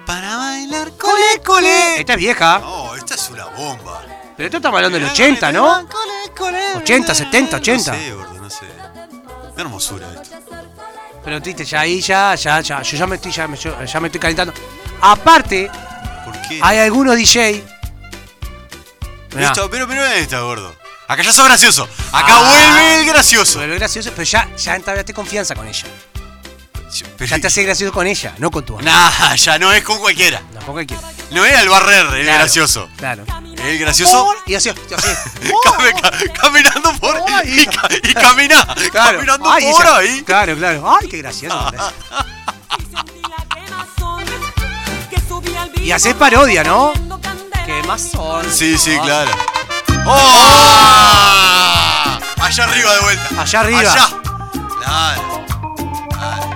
Speaker 3: Para bailar colé, colé.
Speaker 2: Esta es vieja,
Speaker 3: No, esta es una bomba.
Speaker 2: pero esto estamos hablando del 80, ¿no? 80, 70, 80.
Speaker 3: No sé, gordo, no sé. Qué hermosura esto.
Speaker 2: Pero triste, ya ahí, ya, ya, ya. Yo ya me estoy, ya me, yo- ya me estoy calentando. Aparte,
Speaker 3: ¿Por qué?
Speaker 2: hay algunos DJ. Mirá, Ah.
Speaker 3: Esto, pero, pero esta, gordo. Acá ya sos gracioso. Acá vuelve el gracioso.
Speaker 2: pero lo gracioso, pero ya, ya entablaste confianza con ella.
Speaker 3: Pero-
Speaker 2: Ya te haces gracioso con ella, no con tu amigo.
Speaker 3: Nah, ya no es con cualquiera.
Speaker 2: No, con cualquiera.
Speaker 3: No era el barrer, el
Speaker 2: Claro,
Speaker 3: gracioso.
Speaker 2: Claro.
Speaker 3: El gracioso
Speaker 2: Y así, y así.
Speaker 3: cam- ca- caminando por y, ca- y camina,
Speaker 2: Claro.
Speaker 3: caminando
Speaker 2: Ay,
Speaker 3: por
Speaker 2: esa-
Speaker 3: ahí.
Speaker 2: Claro, claro. Ay, qué gracioso. Y haces parodia, ¿no?
Speaker 1: Oh.
Speaker 2: Qué más son.
Speaker 3: Sí, sí, claro. ¡Oh! Allá arriba de vuelta.
Speaker 2: Allá arriba.
Speaker 3: Allá. Claro. Claro.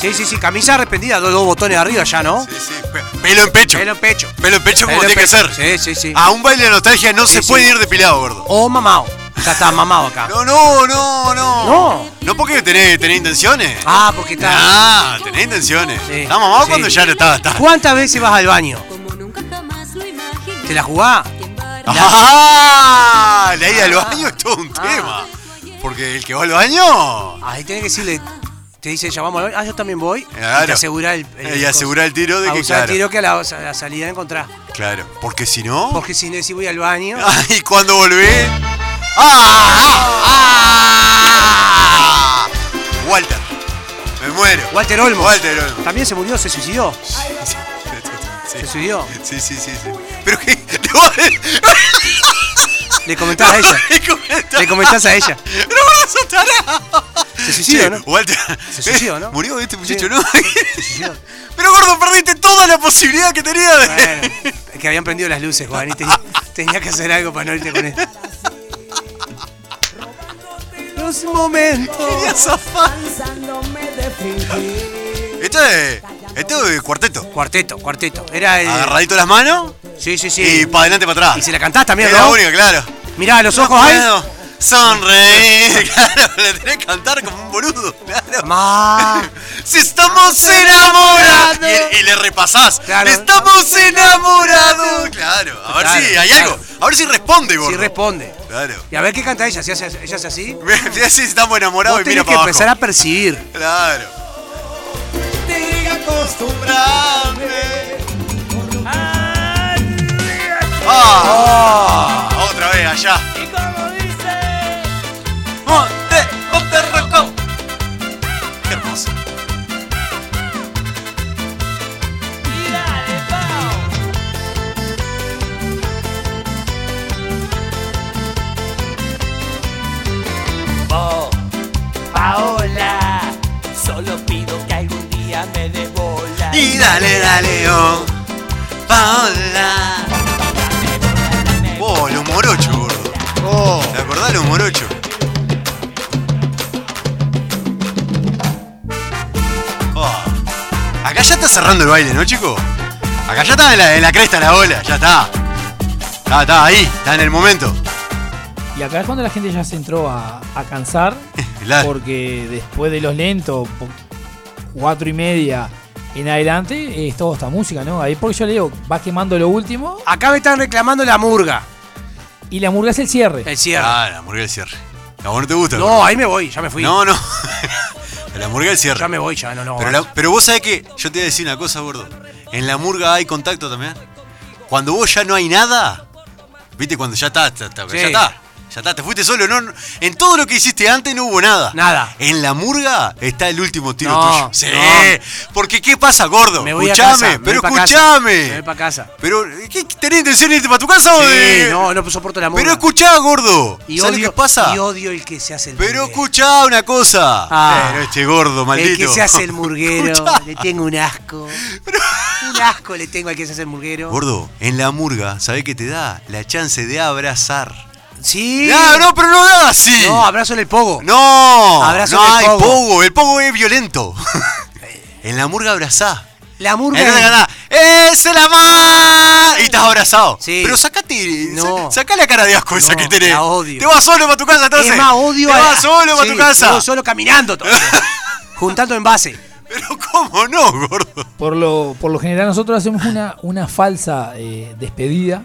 Speaker 2: Sí, sí, sí, camisa arrepentida, dos, dos botones arriba ya, ¿no?
Speaker 3: Sí, sí. Pe- Pelo en pecho.
Speaker 2: Pelo en pecho.
Speaker 3: Pelo en pecho como
Speaker 2: Pelo en
Speaker 3: tiene que
Speaker 2: pecho.
Speaker 3: ser. Ah.
Speaker 2: Sí, sí, sí.
Speaker 3: A un baile de nostalgia no
Speaker 2: Sí,
Speaker 3: se
Speaker 2: sí.
Speaker 3: puede ir depilado, gordo.
Speaker 2: O mamado. Ya está mamado acá.
Speaker 3: No, no, no, no.
Speaker 2: No.
Speaker 3: No porque tenés, tenés intenciones.
Speaker 2: Ah, porque está.
Speaker 3: Ah, tenés intenciones.
Speaker 2: Sí,
Speaker 3: Está mamado
Speaker 2: sí.
Speaker 3: cuando ya le está. está.
Speaker 2: ¿Cuántas veces vas al baño? ¿Te la Ah. jugás?
Speaker 3: Ah, la ida al baño es todo un tema. Porque el que va al baño.
Speaker 2: Ahí tenés que decirle. Te dice, ya vamos al baño. Ah, yo también voy.
Speaker 3: Claro.
Speaker 2: Y te asegura el.
Speaker 3: Y asegura el tiro de que,
Speaker 2: Abusar el
Speaker 3: claro.
Speaker 2: tiro que a la, a la salida encontrás.
Speaker 3: Claro. Porque si no.
Speaker 2: Porque si no decís voy al baño.
Speaker 3: Ah, Y cuando volvés. ¡Ah! ¡Ah! Walter. Me muero.
Speaker 2: Walter Olmo.
Speaker 3: Walter Olmo.
Speaker 2: También se murió, se suicidó.
Speaker 3: Sí.
Speaker 2: Se suicidó.
Speaker 3: Sí, sí, sí, sí. Pero que. te voy
Speaker 2: Le comentás a ella.
Speaker 3: a-
Speaker 2: Le comentás a ella.
Speaker 3: ¡No me asustará!
Speaker 2: Se suicidó,
Speaker 3: Che,
Speaker 2: ¿no?
Speaker 3: Walter.
Speaker 2: Se suicidó, ¿no?
Speaker 3: Murió este muchacho,
Speaker 2: Sí.
Speaker 3: ¿no?
Speaker 2: suicidó.
Speaker 3: Pero gordo, perdiste toda la posibilidad que tenía de.
Speaker 2: Bueno, es que habían prendido las luces, Juan, y tenía, tenía que hacer algo para no irte con él. los momentos.
Speaker 1: Ah.
Speaker 3: Esto es. Esto es cuarteto.
Speaker 2: Cuarteto, cuarteto. Era el-
Speaker 3: Agarradito las manos.
Speaker 2: Sí, Eh. sí, sí.
Speaker 3: Y para adelante para atrás.
Speaker 2: Y si la cantás también,
Speaker 3: Es la
Speaker 2: ¿no?
Speaker 3: única, claro.
Speaker 2: Mirá, los ojos ahí.
Speaker 3: Bueno, Sonreír, claro, le tenés que cantar como un boludo, claro.
Speaker 2: Ma.
Speaker 3: Si estamos enamorados. Y, y le repasás.
Speaker 2: Claro.
Speaker 3: Estamos enamorados. Claro, a ver
Speaker 2: Claro,
Speaker 3: si hay
Speaker 2: claro.
Speaker 3: algo. A ver si responde, gordo.
Speaker 2: Si responde.
Speaker 3: Claro.
Speaker 2: Y a ver qué canta ella. Si hace, ella hace así, vos
Speaker 3: Mira si estamos enamorados y mira
Speaker 2: tenés que
Speaker 3: para abajo.
Speaker 2: empezar a percibir.
Speaker 3: Claro. acostumbrarme. Ah, otra vez allá. Monte, Monte Roco. Qué hermoso.
Speaker 1: Bo, Oh, Paola, solo pido que algún día me dé bola.
Speaker 3: Y dale, dale, oh. Paola. Oh, los morochos, gordo.
Speaker 2: Oh.
Speaker 3: ¿Te acordás los morochos? Oh. Acá ya está cerrando el baile, ¿no, chico? Acá ya está en la, en la cresta la ola, ya está. Está, está ahí, está en el momento.
Speaker 7: Y acá es cuando la gente ya se entró a, a cansar,
Speaker 3: La-
Speaker 7: porque después de los lentos, po- cuatro y media en adelante, es toda esta música, ¿no? Ahí porque yo le digo, va quemando lo último
Speaker 2: Acá me están reclamando la murga.
Speaker 7: y la murga es el cierre.
Speaker 2: El cierre.
Speaker 3: Ah, la hamburguesa del cierre. ¿A vos no te gusta?
Speaker 2: no, ahí me voy, ya me fui.
Speaker 3: No, no. la hamburguesa del cierre.
Speaker 2: Ya me voy, ya no, no.
Speaker 3: Pero, la- pero vos sabés que yo te voy a decir una cosa, gordo. En la murga hay contacto también. Cuando vos ya no hay nada, viste, cuando ya está, ya está,
Speaker 2: Sí.
Speaker 3: ya está, ya está, te fuiste solo. No, no- en todo lo que hiciste antes no hubo nada.
Speaker 2: Nada.
Speaker 3: En la murga está el último tiro
Speaker 2: No,
Speaker 3: tuyo. Sí.
Speaker 2: no.
Speaker 3: Porque ¿qué pasa, gordo?
Speaker 2: me voy a casa.
Speaker 3: escuchame,
Speaker 2: me
Speaker 3: pero
Speaker 2: voy pa' casa, Me
Speaker 3: escuchame.
Speaker 2: voy para casa.
Speaker 3: Pero, ¿qué tenés intención de irte para tu casa o
Speaker 2: Sí,
Speaker 3: de-
Speaker 2: no, no soporto la murga.
Speaker 3: Pero escuchá, gordo.
Speaker 2: y
Speaker 3: ¿Sabés
Speaker 2: odio,
Speaker 3: lo que pasa?
Speaker 2: Y odio el que se hace el
Speaker 3: Pero
Speaker 2: murguero.
Speaker 3: escuchá una cosa.
Speaker 2: Ah.
Speaker 3: Pero este gordo, maldito.
Speaker 2: El que se hace el murguero.
Speaker 3: Escuchá.
Speaker 2: le tengo un asco. un asco le tengo al que se hace el murguero.
Speaker 3: Gordo, en la murga, ¿sabés qué te da? La chance de abrazar.
Speaker 2: Sí.
Speaker 3: Ah, no, pero no da así.
Speaker 2: No, abrazo en el pogo.
Speaker 3: No,
Speaker 2: Abrazo
Speaker 3: no
Speaker 2: en el
Speaker 3: hay
Speaker 2: pogo.
Speaker 3: pogo. El pogo es violento. en la murga abrazá. Eh,
Speaker 2: La murga.
Speaker 3: En la ganá, ¡Es el amar! Y estás abrazado.
Speaker 2: Sí.
Speaker 3: Pero sacate.
Speaker 2: No.
Speaker 3: sa- Sacá la cara de asco esa
Speaker 2: No,
Speaker 3: que tenés.
Speaker 2: la odio.
Speaker 3: Te vas solo para tu casa entonces.
Speaker 2: es más, odio
Speaker 3: Te
Speaker 2: a la-
Speaker 3: vas solo para
Speaker 2: Sí,
Speaker 3: tu casa.
Speaker 2: vivo solo caminando todavía. Juntando envase.
Speaker 3: Pero cómo no, gordo.
Speaker 7: Por lo, por lo general nosotros hacemos una, una falsa eh, despedida,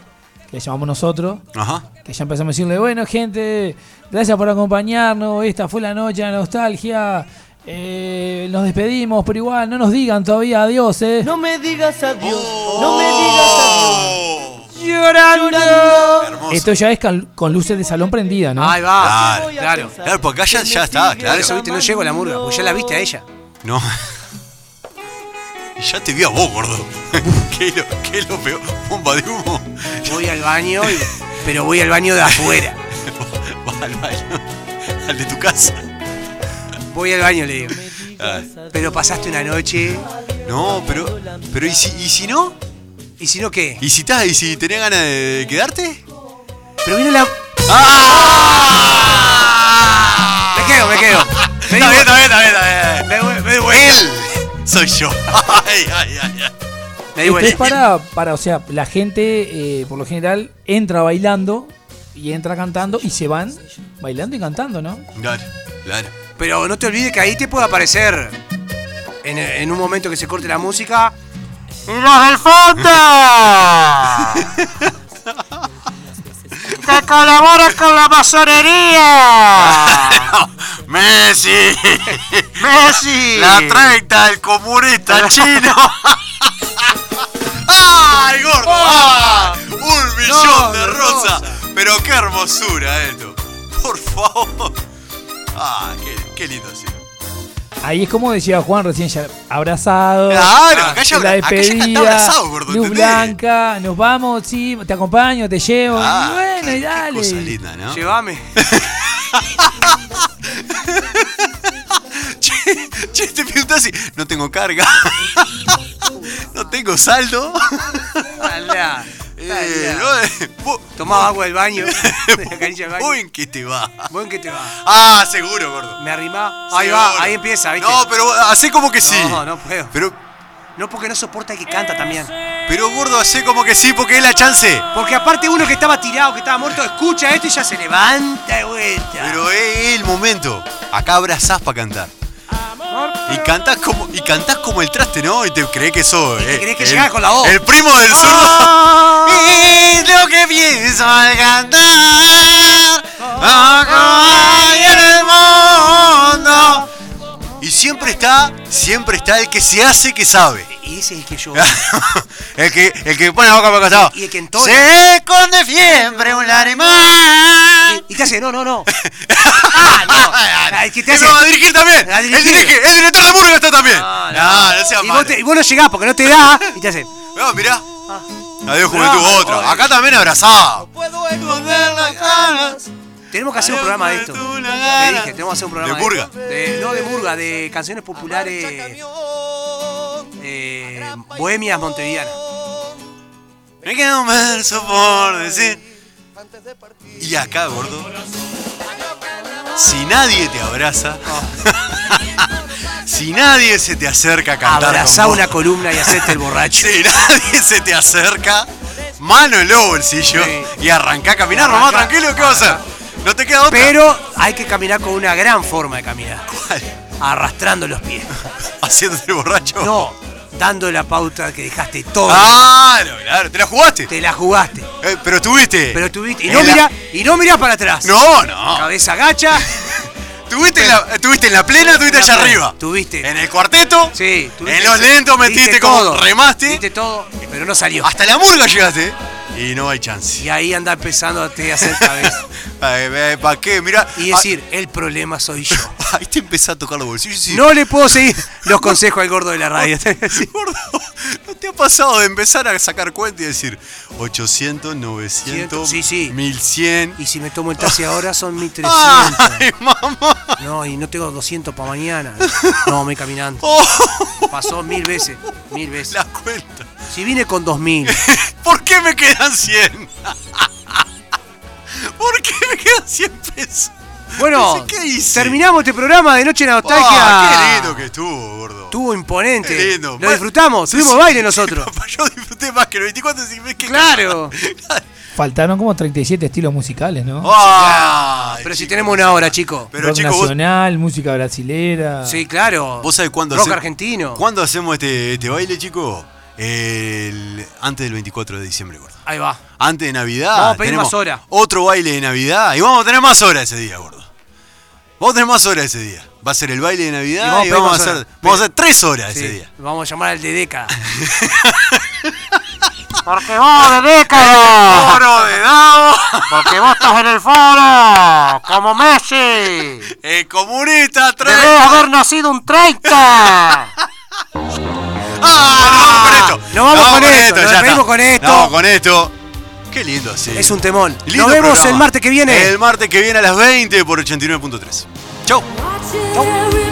Speaker 7: que le llamamos nosotros,
Speaker 3: Ajá.
Speaker 7: que ya empezamos a decirle, bueno gente, gracias por acompañarnos, esta fue la noche de la nostalgia, eh, nos despedimos, pero igual no nos digan todavía adiós, eh.
Speaker 6: No me digas adiós, no me digas
Speaker 3: Oh,
Speaker 6: adiós. Llorando.
Speaker 3: hermoso.
Speaker 7: Esto ya es cal- con luces de salón prendida, ¿no?
Speaker 2: Ahí va.
Speaker 3: Claro,
Speaker 2: Claro. claro.
Speaker 3: Claro, porque acá ya, ya está,
Speaker 2: Por
Speaker 3: claro.
Speaker 2: eso, viste, no llego a la murga. Porque ya la viste a ella.
Speaker 3: No. Ya te vi a vos, gordo. ¿Qué es lo, qué es lo peor? Bomba de humo.
Speaker 2: Voy al baño, y- pero voy al baño de afuera.
Speaker 3: Vas al baño. Al de tu casa.
Speaker 2: Voy al baño, le digo.
Speaker 3: Ay.
Speaker 2: Pero pasaste una noche.
Speaker 3: No, pero. Pero ¿y si, y si no?
Speaker 2: ¿Y si no qué?
Speaker 3: ¿Y si estás? ¿Y si tenés ganas de quedarte?
Speaker 2: Pero viene la.
Speaker 3: ¡Ah!
Speaker 2: Me quedo, me quedo.
Speaker 3: Está bien, está bien, está bien, está bien.
Speaker 2: Me, voy- me, voy-
Speaker 3: Él soy yo. Ay, ay, ay, ay.
Speaker 2: me di
Speaker 7: Esto es
Speaker 2: vuelta.
Speaker 7: para, para, o sea, la gente eh, por lo general entra bailando y entra cantando y se van bailando y cantando, ¿no?
Speaker 3: Claro, claro.
Speaker 2: Pero no te olvides que ahí te puede aparecer. En, en un momento que se corte la música. ¡Y los del fondo! ¡Que colaboran con la masonería!
Speaker 3: Ah. ¡Messi!
Speaker 2: ¡Messi!
Speaker 3: La 30, el comunista chino. ¡Ay, gordo!
Speaker 2: Ah.
Speaker 3: ¡Ay! Un millón de
Speaker 2: de
Speaker 3: rosas. Pero qué hermosura esto. Por favor. ¡Ah, qué, qué lindo sí!
Speaker 7: Ahí es como decía Juan recién, ya abrazado.
Speaker 3: Claro, acá ya,
Speaker 7: la
Speaker 3: abra- acá ya está
Speaker 7: despedida,
Speaker 3: abrazado, gordo.
Speaker 7: luz
Speaker 3: ¿entendés?
Speaker 7: blanca, nos vamos, sí, te acompaño, te llevo.
Speaker 3: Ah,
Speaker 7: y bueno, y
Speaker 3: qué
Speaker 7: dale.
Speaker 3: Cosa linda, ¿no?
Speaker 2: Llévame.
Speaker 3: Che, che, te preguntás si no tengo carga. no tengo saldo.
Speaker 2: Alá.
Speaker 3: Eh, no, vos-
Speaker 2: Tomaba agua del baño. de la canilla del baño.
Speaker 3: Buen que te va.
Speaker 2: Buen que te va.
Speaker 3: Ah, seguro, gordo.
Speaker 2: Me arrimá. Ahí
Speaker 3: Seguro.
Speaker 2: va, ahí empieza, ¿viste?
Speaker 3: No, pero hace como que sí.
Speaker 2: No, no puedo.
Speaker 3: Pero,
Speaker 2: No porque no soporta el que canta también.
Speaker 3: pero gordo, hace como que sí porque es la chance.
Speaker 2: Porque aparte uno que estaba tirado, que estaba muerto, escucha esto y ya se levanta de vuelta.
Speaker 3: Pero es el momento. Acá abrazás para cantar. Y cantás como y cantás como el traste, ¿no? Y te crees que sos.
Speaker 2: Y te
Speaker 3: eh,
Speaker 2: crees que
Speaker 3: el-
Speaker 2: llegás con la voz.
Speaker 3: El primo del zurdo.
Speaker 2: Ah,
Speaker 3: Es lo que pienso al cantar Ah, acá y en el mundo. Y siempre está, siempre está el que se hace que sabe.
Speaker 2: y ese es el que yo.
Speaker 3: el que, el que pone la boca para acá.
Speaker 2: Y el que entona.
Speaker 3: Se esconde siempre un lagrimal.
Speaker 2: Y te hace, no, no, no. Ah, no. El que te hace.
Speaker 3: Y va a dirigir también.
Speaker 2: A dirigir.
Speaker 3: El, dirige- el director de Murga está también. No, no, sea
Speaker 2: y,
Speaker 3: malo.
Speaker 2: vos te- Ah. y vos no llegás porque no te da. Y te hace.
Speaker 3: No, mirá. Adiós, juventud,
Speaker 2: Ah,
Speaker 3: otro.
Speaker 2: ay.
Speaker 3: Acá también abrazado. Puedo esconder las ganas.
Speaker 2: Tenemos que hacer un
Speaker 3: Adiós,
Speaker 2: programa de esto.
Speaker 3: juventud, la
Speaker 2: Te
Speaker 3: gana.
Speaker 2: dije, tenemos que hacer un programa
Speaker 3: ¿De murga?
Speaker 2: de- no de murga, de canciones populares. eh, bohemias montevideanas.
Speaker 3: Me queda un verso por decir. Y acá, gordo. Si nadie te abraza. si nadie se te acerca a cantar.
Speaker 2: Ah. Abrazá
Speaker 3: con vos,
Speaker 2: una columna y hacete el borracho.
Speaker 3: Si nadie se te acerca. Mano en los bolsillos.
Speaker 2: Sí.
Speaker 3: Y arrancá a caminar,
Speaker 2: Arrancá.
Speaker 3: nomás tranquilo. ¿Qué vas a hacer? No te queda otra.
Speaker 2: Pero hay que caminar con una gran forma de caminar.
Speaker 3: ¿Cuál?
Speaker 2: Arrastrando los pies.
Speaker 3: Haciéndote el borracho.
Speaker 2: No, dando la pauta que dejaste todo.
Speaker 3: Ah. Claro, claro. ¿Te la jugaste?
Speaker 2: Te la jugaste.
Speaker 3: Eh, pero tuviste.
Speaker 2: Pero tuviste. Y
Speaker 3: En
Speaker 2: no,
Speaker 3: la-
Speaker 2: mirá, y no mirás para atrás.
Speaker 3: No, no.
Speaker 2: Cabeza gacha.
Speaker 3: Tuviste en, la, tuviste en la plena, tuviste allá arriba.
Speaker 2: Tuviste.
Speaker 3: En el cuarteto.
Speaker 2: Sí, tuviste-
Speaker 3: En los lentos
Speaker 2: diste
Speaker 3: metiste como remaste.
Speaker 2: Diste todo, pero no salió.
Speaker 3: Hasta la murga llegaste. ¿eh? Y no hay chance.
Speaker 2: Y ahí anda empezando a te hacer cabeza.
Speaker 3: ¿Para qué? Mira.
Speaker 2: Y decir, el problema soy yo.
Speaker 3: Ahí te empezás a tocar los bolsillos. y decís,
Speaker 2: No le puedo seguir los consejos al gordo de la radio. Sí.
Speaker 3: Gordo, ¿no te ha pasado de empezar a sacar cuenta y decir 800, 900,
Speaker 2: Sí, sí.
Speaker 3: 1100?
Speaker 2: Y si me tomo el taxi ahora son 1300.
Speaker 3: ¡Ay, mamá!
Speaker 2: No, y no tengo 200 para mañana. No, me caminando.
Speaker 3: Oh,
Speaker 2: Pasó mil veces, mil veces.
Speaker 3: la cuenta.
Speaker 2: Si vine con 2000,
Speaker 3: ¿Por qué me quedan 100? ¿Por qué me quedan 100 pesos?
Speaker 2: Bueno,
Speaker 3: Pensé, ¿qué hice?
Speaker 2: terminamos este programa de Noche en la Nostalgia.
Speaker 3: Ah, ¡Qué lindo que estuvo, gordo!
Speaker 2: Estuvo imponente.
Speaker 3: Qué lindo.
Speaker 2: Lo
Speaker 3: Bueno,
Speaker 2: disfrutamos,
Speaker 3: sí,
Speaker 2: tuvimos
Speaker 3: sí.
Speaker 2: baile nosotros.
Speaker 3: Yo disfruté más que el 24 si me que
Speaker 2: Claro.
Speaker 7: Faltaron como 37 estilos musicales, ¿no?
Speaker 3: Ay,
Speaker 2: Pero si
Speaker 3: chico.
Speaker 2: tenemos una hora, chico.
Speaker 3: Oh, Pero
Speaker 7: Rock
Speaker 3: chico, vos,
Speaker 7: nacional, música brasilera.
Speaker 2: Sí, claro.
Speaker 3: vos sabés cuándo
Speaker 2: Rock
Speaker 3: hace-
Speaker 2: argentino.
Speaker 3: ¿Cuándo hacemos este, este baile, chico? El- antes del 24 de diciembre, gordo.
Speaker 2: Ahí va.
Speaker 3: Antes de Navidad.
Speaker 2: Vamos a pedir
Speaker 3: tenemos
Speaker 2: más horas.
Speaker 3: Otro baile de Navidad. Y vamos a tener más horas ese día, gordo. Vamos a tener más horas ese día. Va a ser el baile de
Speaker 2: Y
Speaker 3: Navidad
Speaker 2: vamos a
Speaker 3: y
Speaker 2: pedir
Speaker 3: vamos a
Speaker 2: más
Speaker 3: hacer,
Speaker 2: horas.
Speaker 3: vamos a hacer tres horas
Speaker 2: Sí,
Speaker 3: ese día.
Speaker 2: Vamos a llamar al de década.
Speaker 4: Porque vos de década,
Speaker 3: ¡Oro de dado!
Speaker 4: porque vos estás en el foro, como Messi.
Speaker 3: ¡El comunista
Speaker 4: Debes
Speaker 3: 3!
Speaker 4: haber nacido un 30.
Speaker 3: ¡Ah! ¡No vamos con esto!
Speaker 2: Nos vamos con esto, nos
Speaker 3: ya
Speaker 2: despedimos
Speaker 3: está.
Speaker 2: con esto.
Speaker 3: Nos vamos con esto. ¡Qué lindo así!
Speaker 2: Es un temón.
Speaker 3: Lindo
Speaker 2: Nos vemos
Speaker 3: programa.
Speaker 2: el martes que viene.
Speaker 3: El martes que viene a las 20 por 89.3. ¡Chau!
Speaker 6: Watching every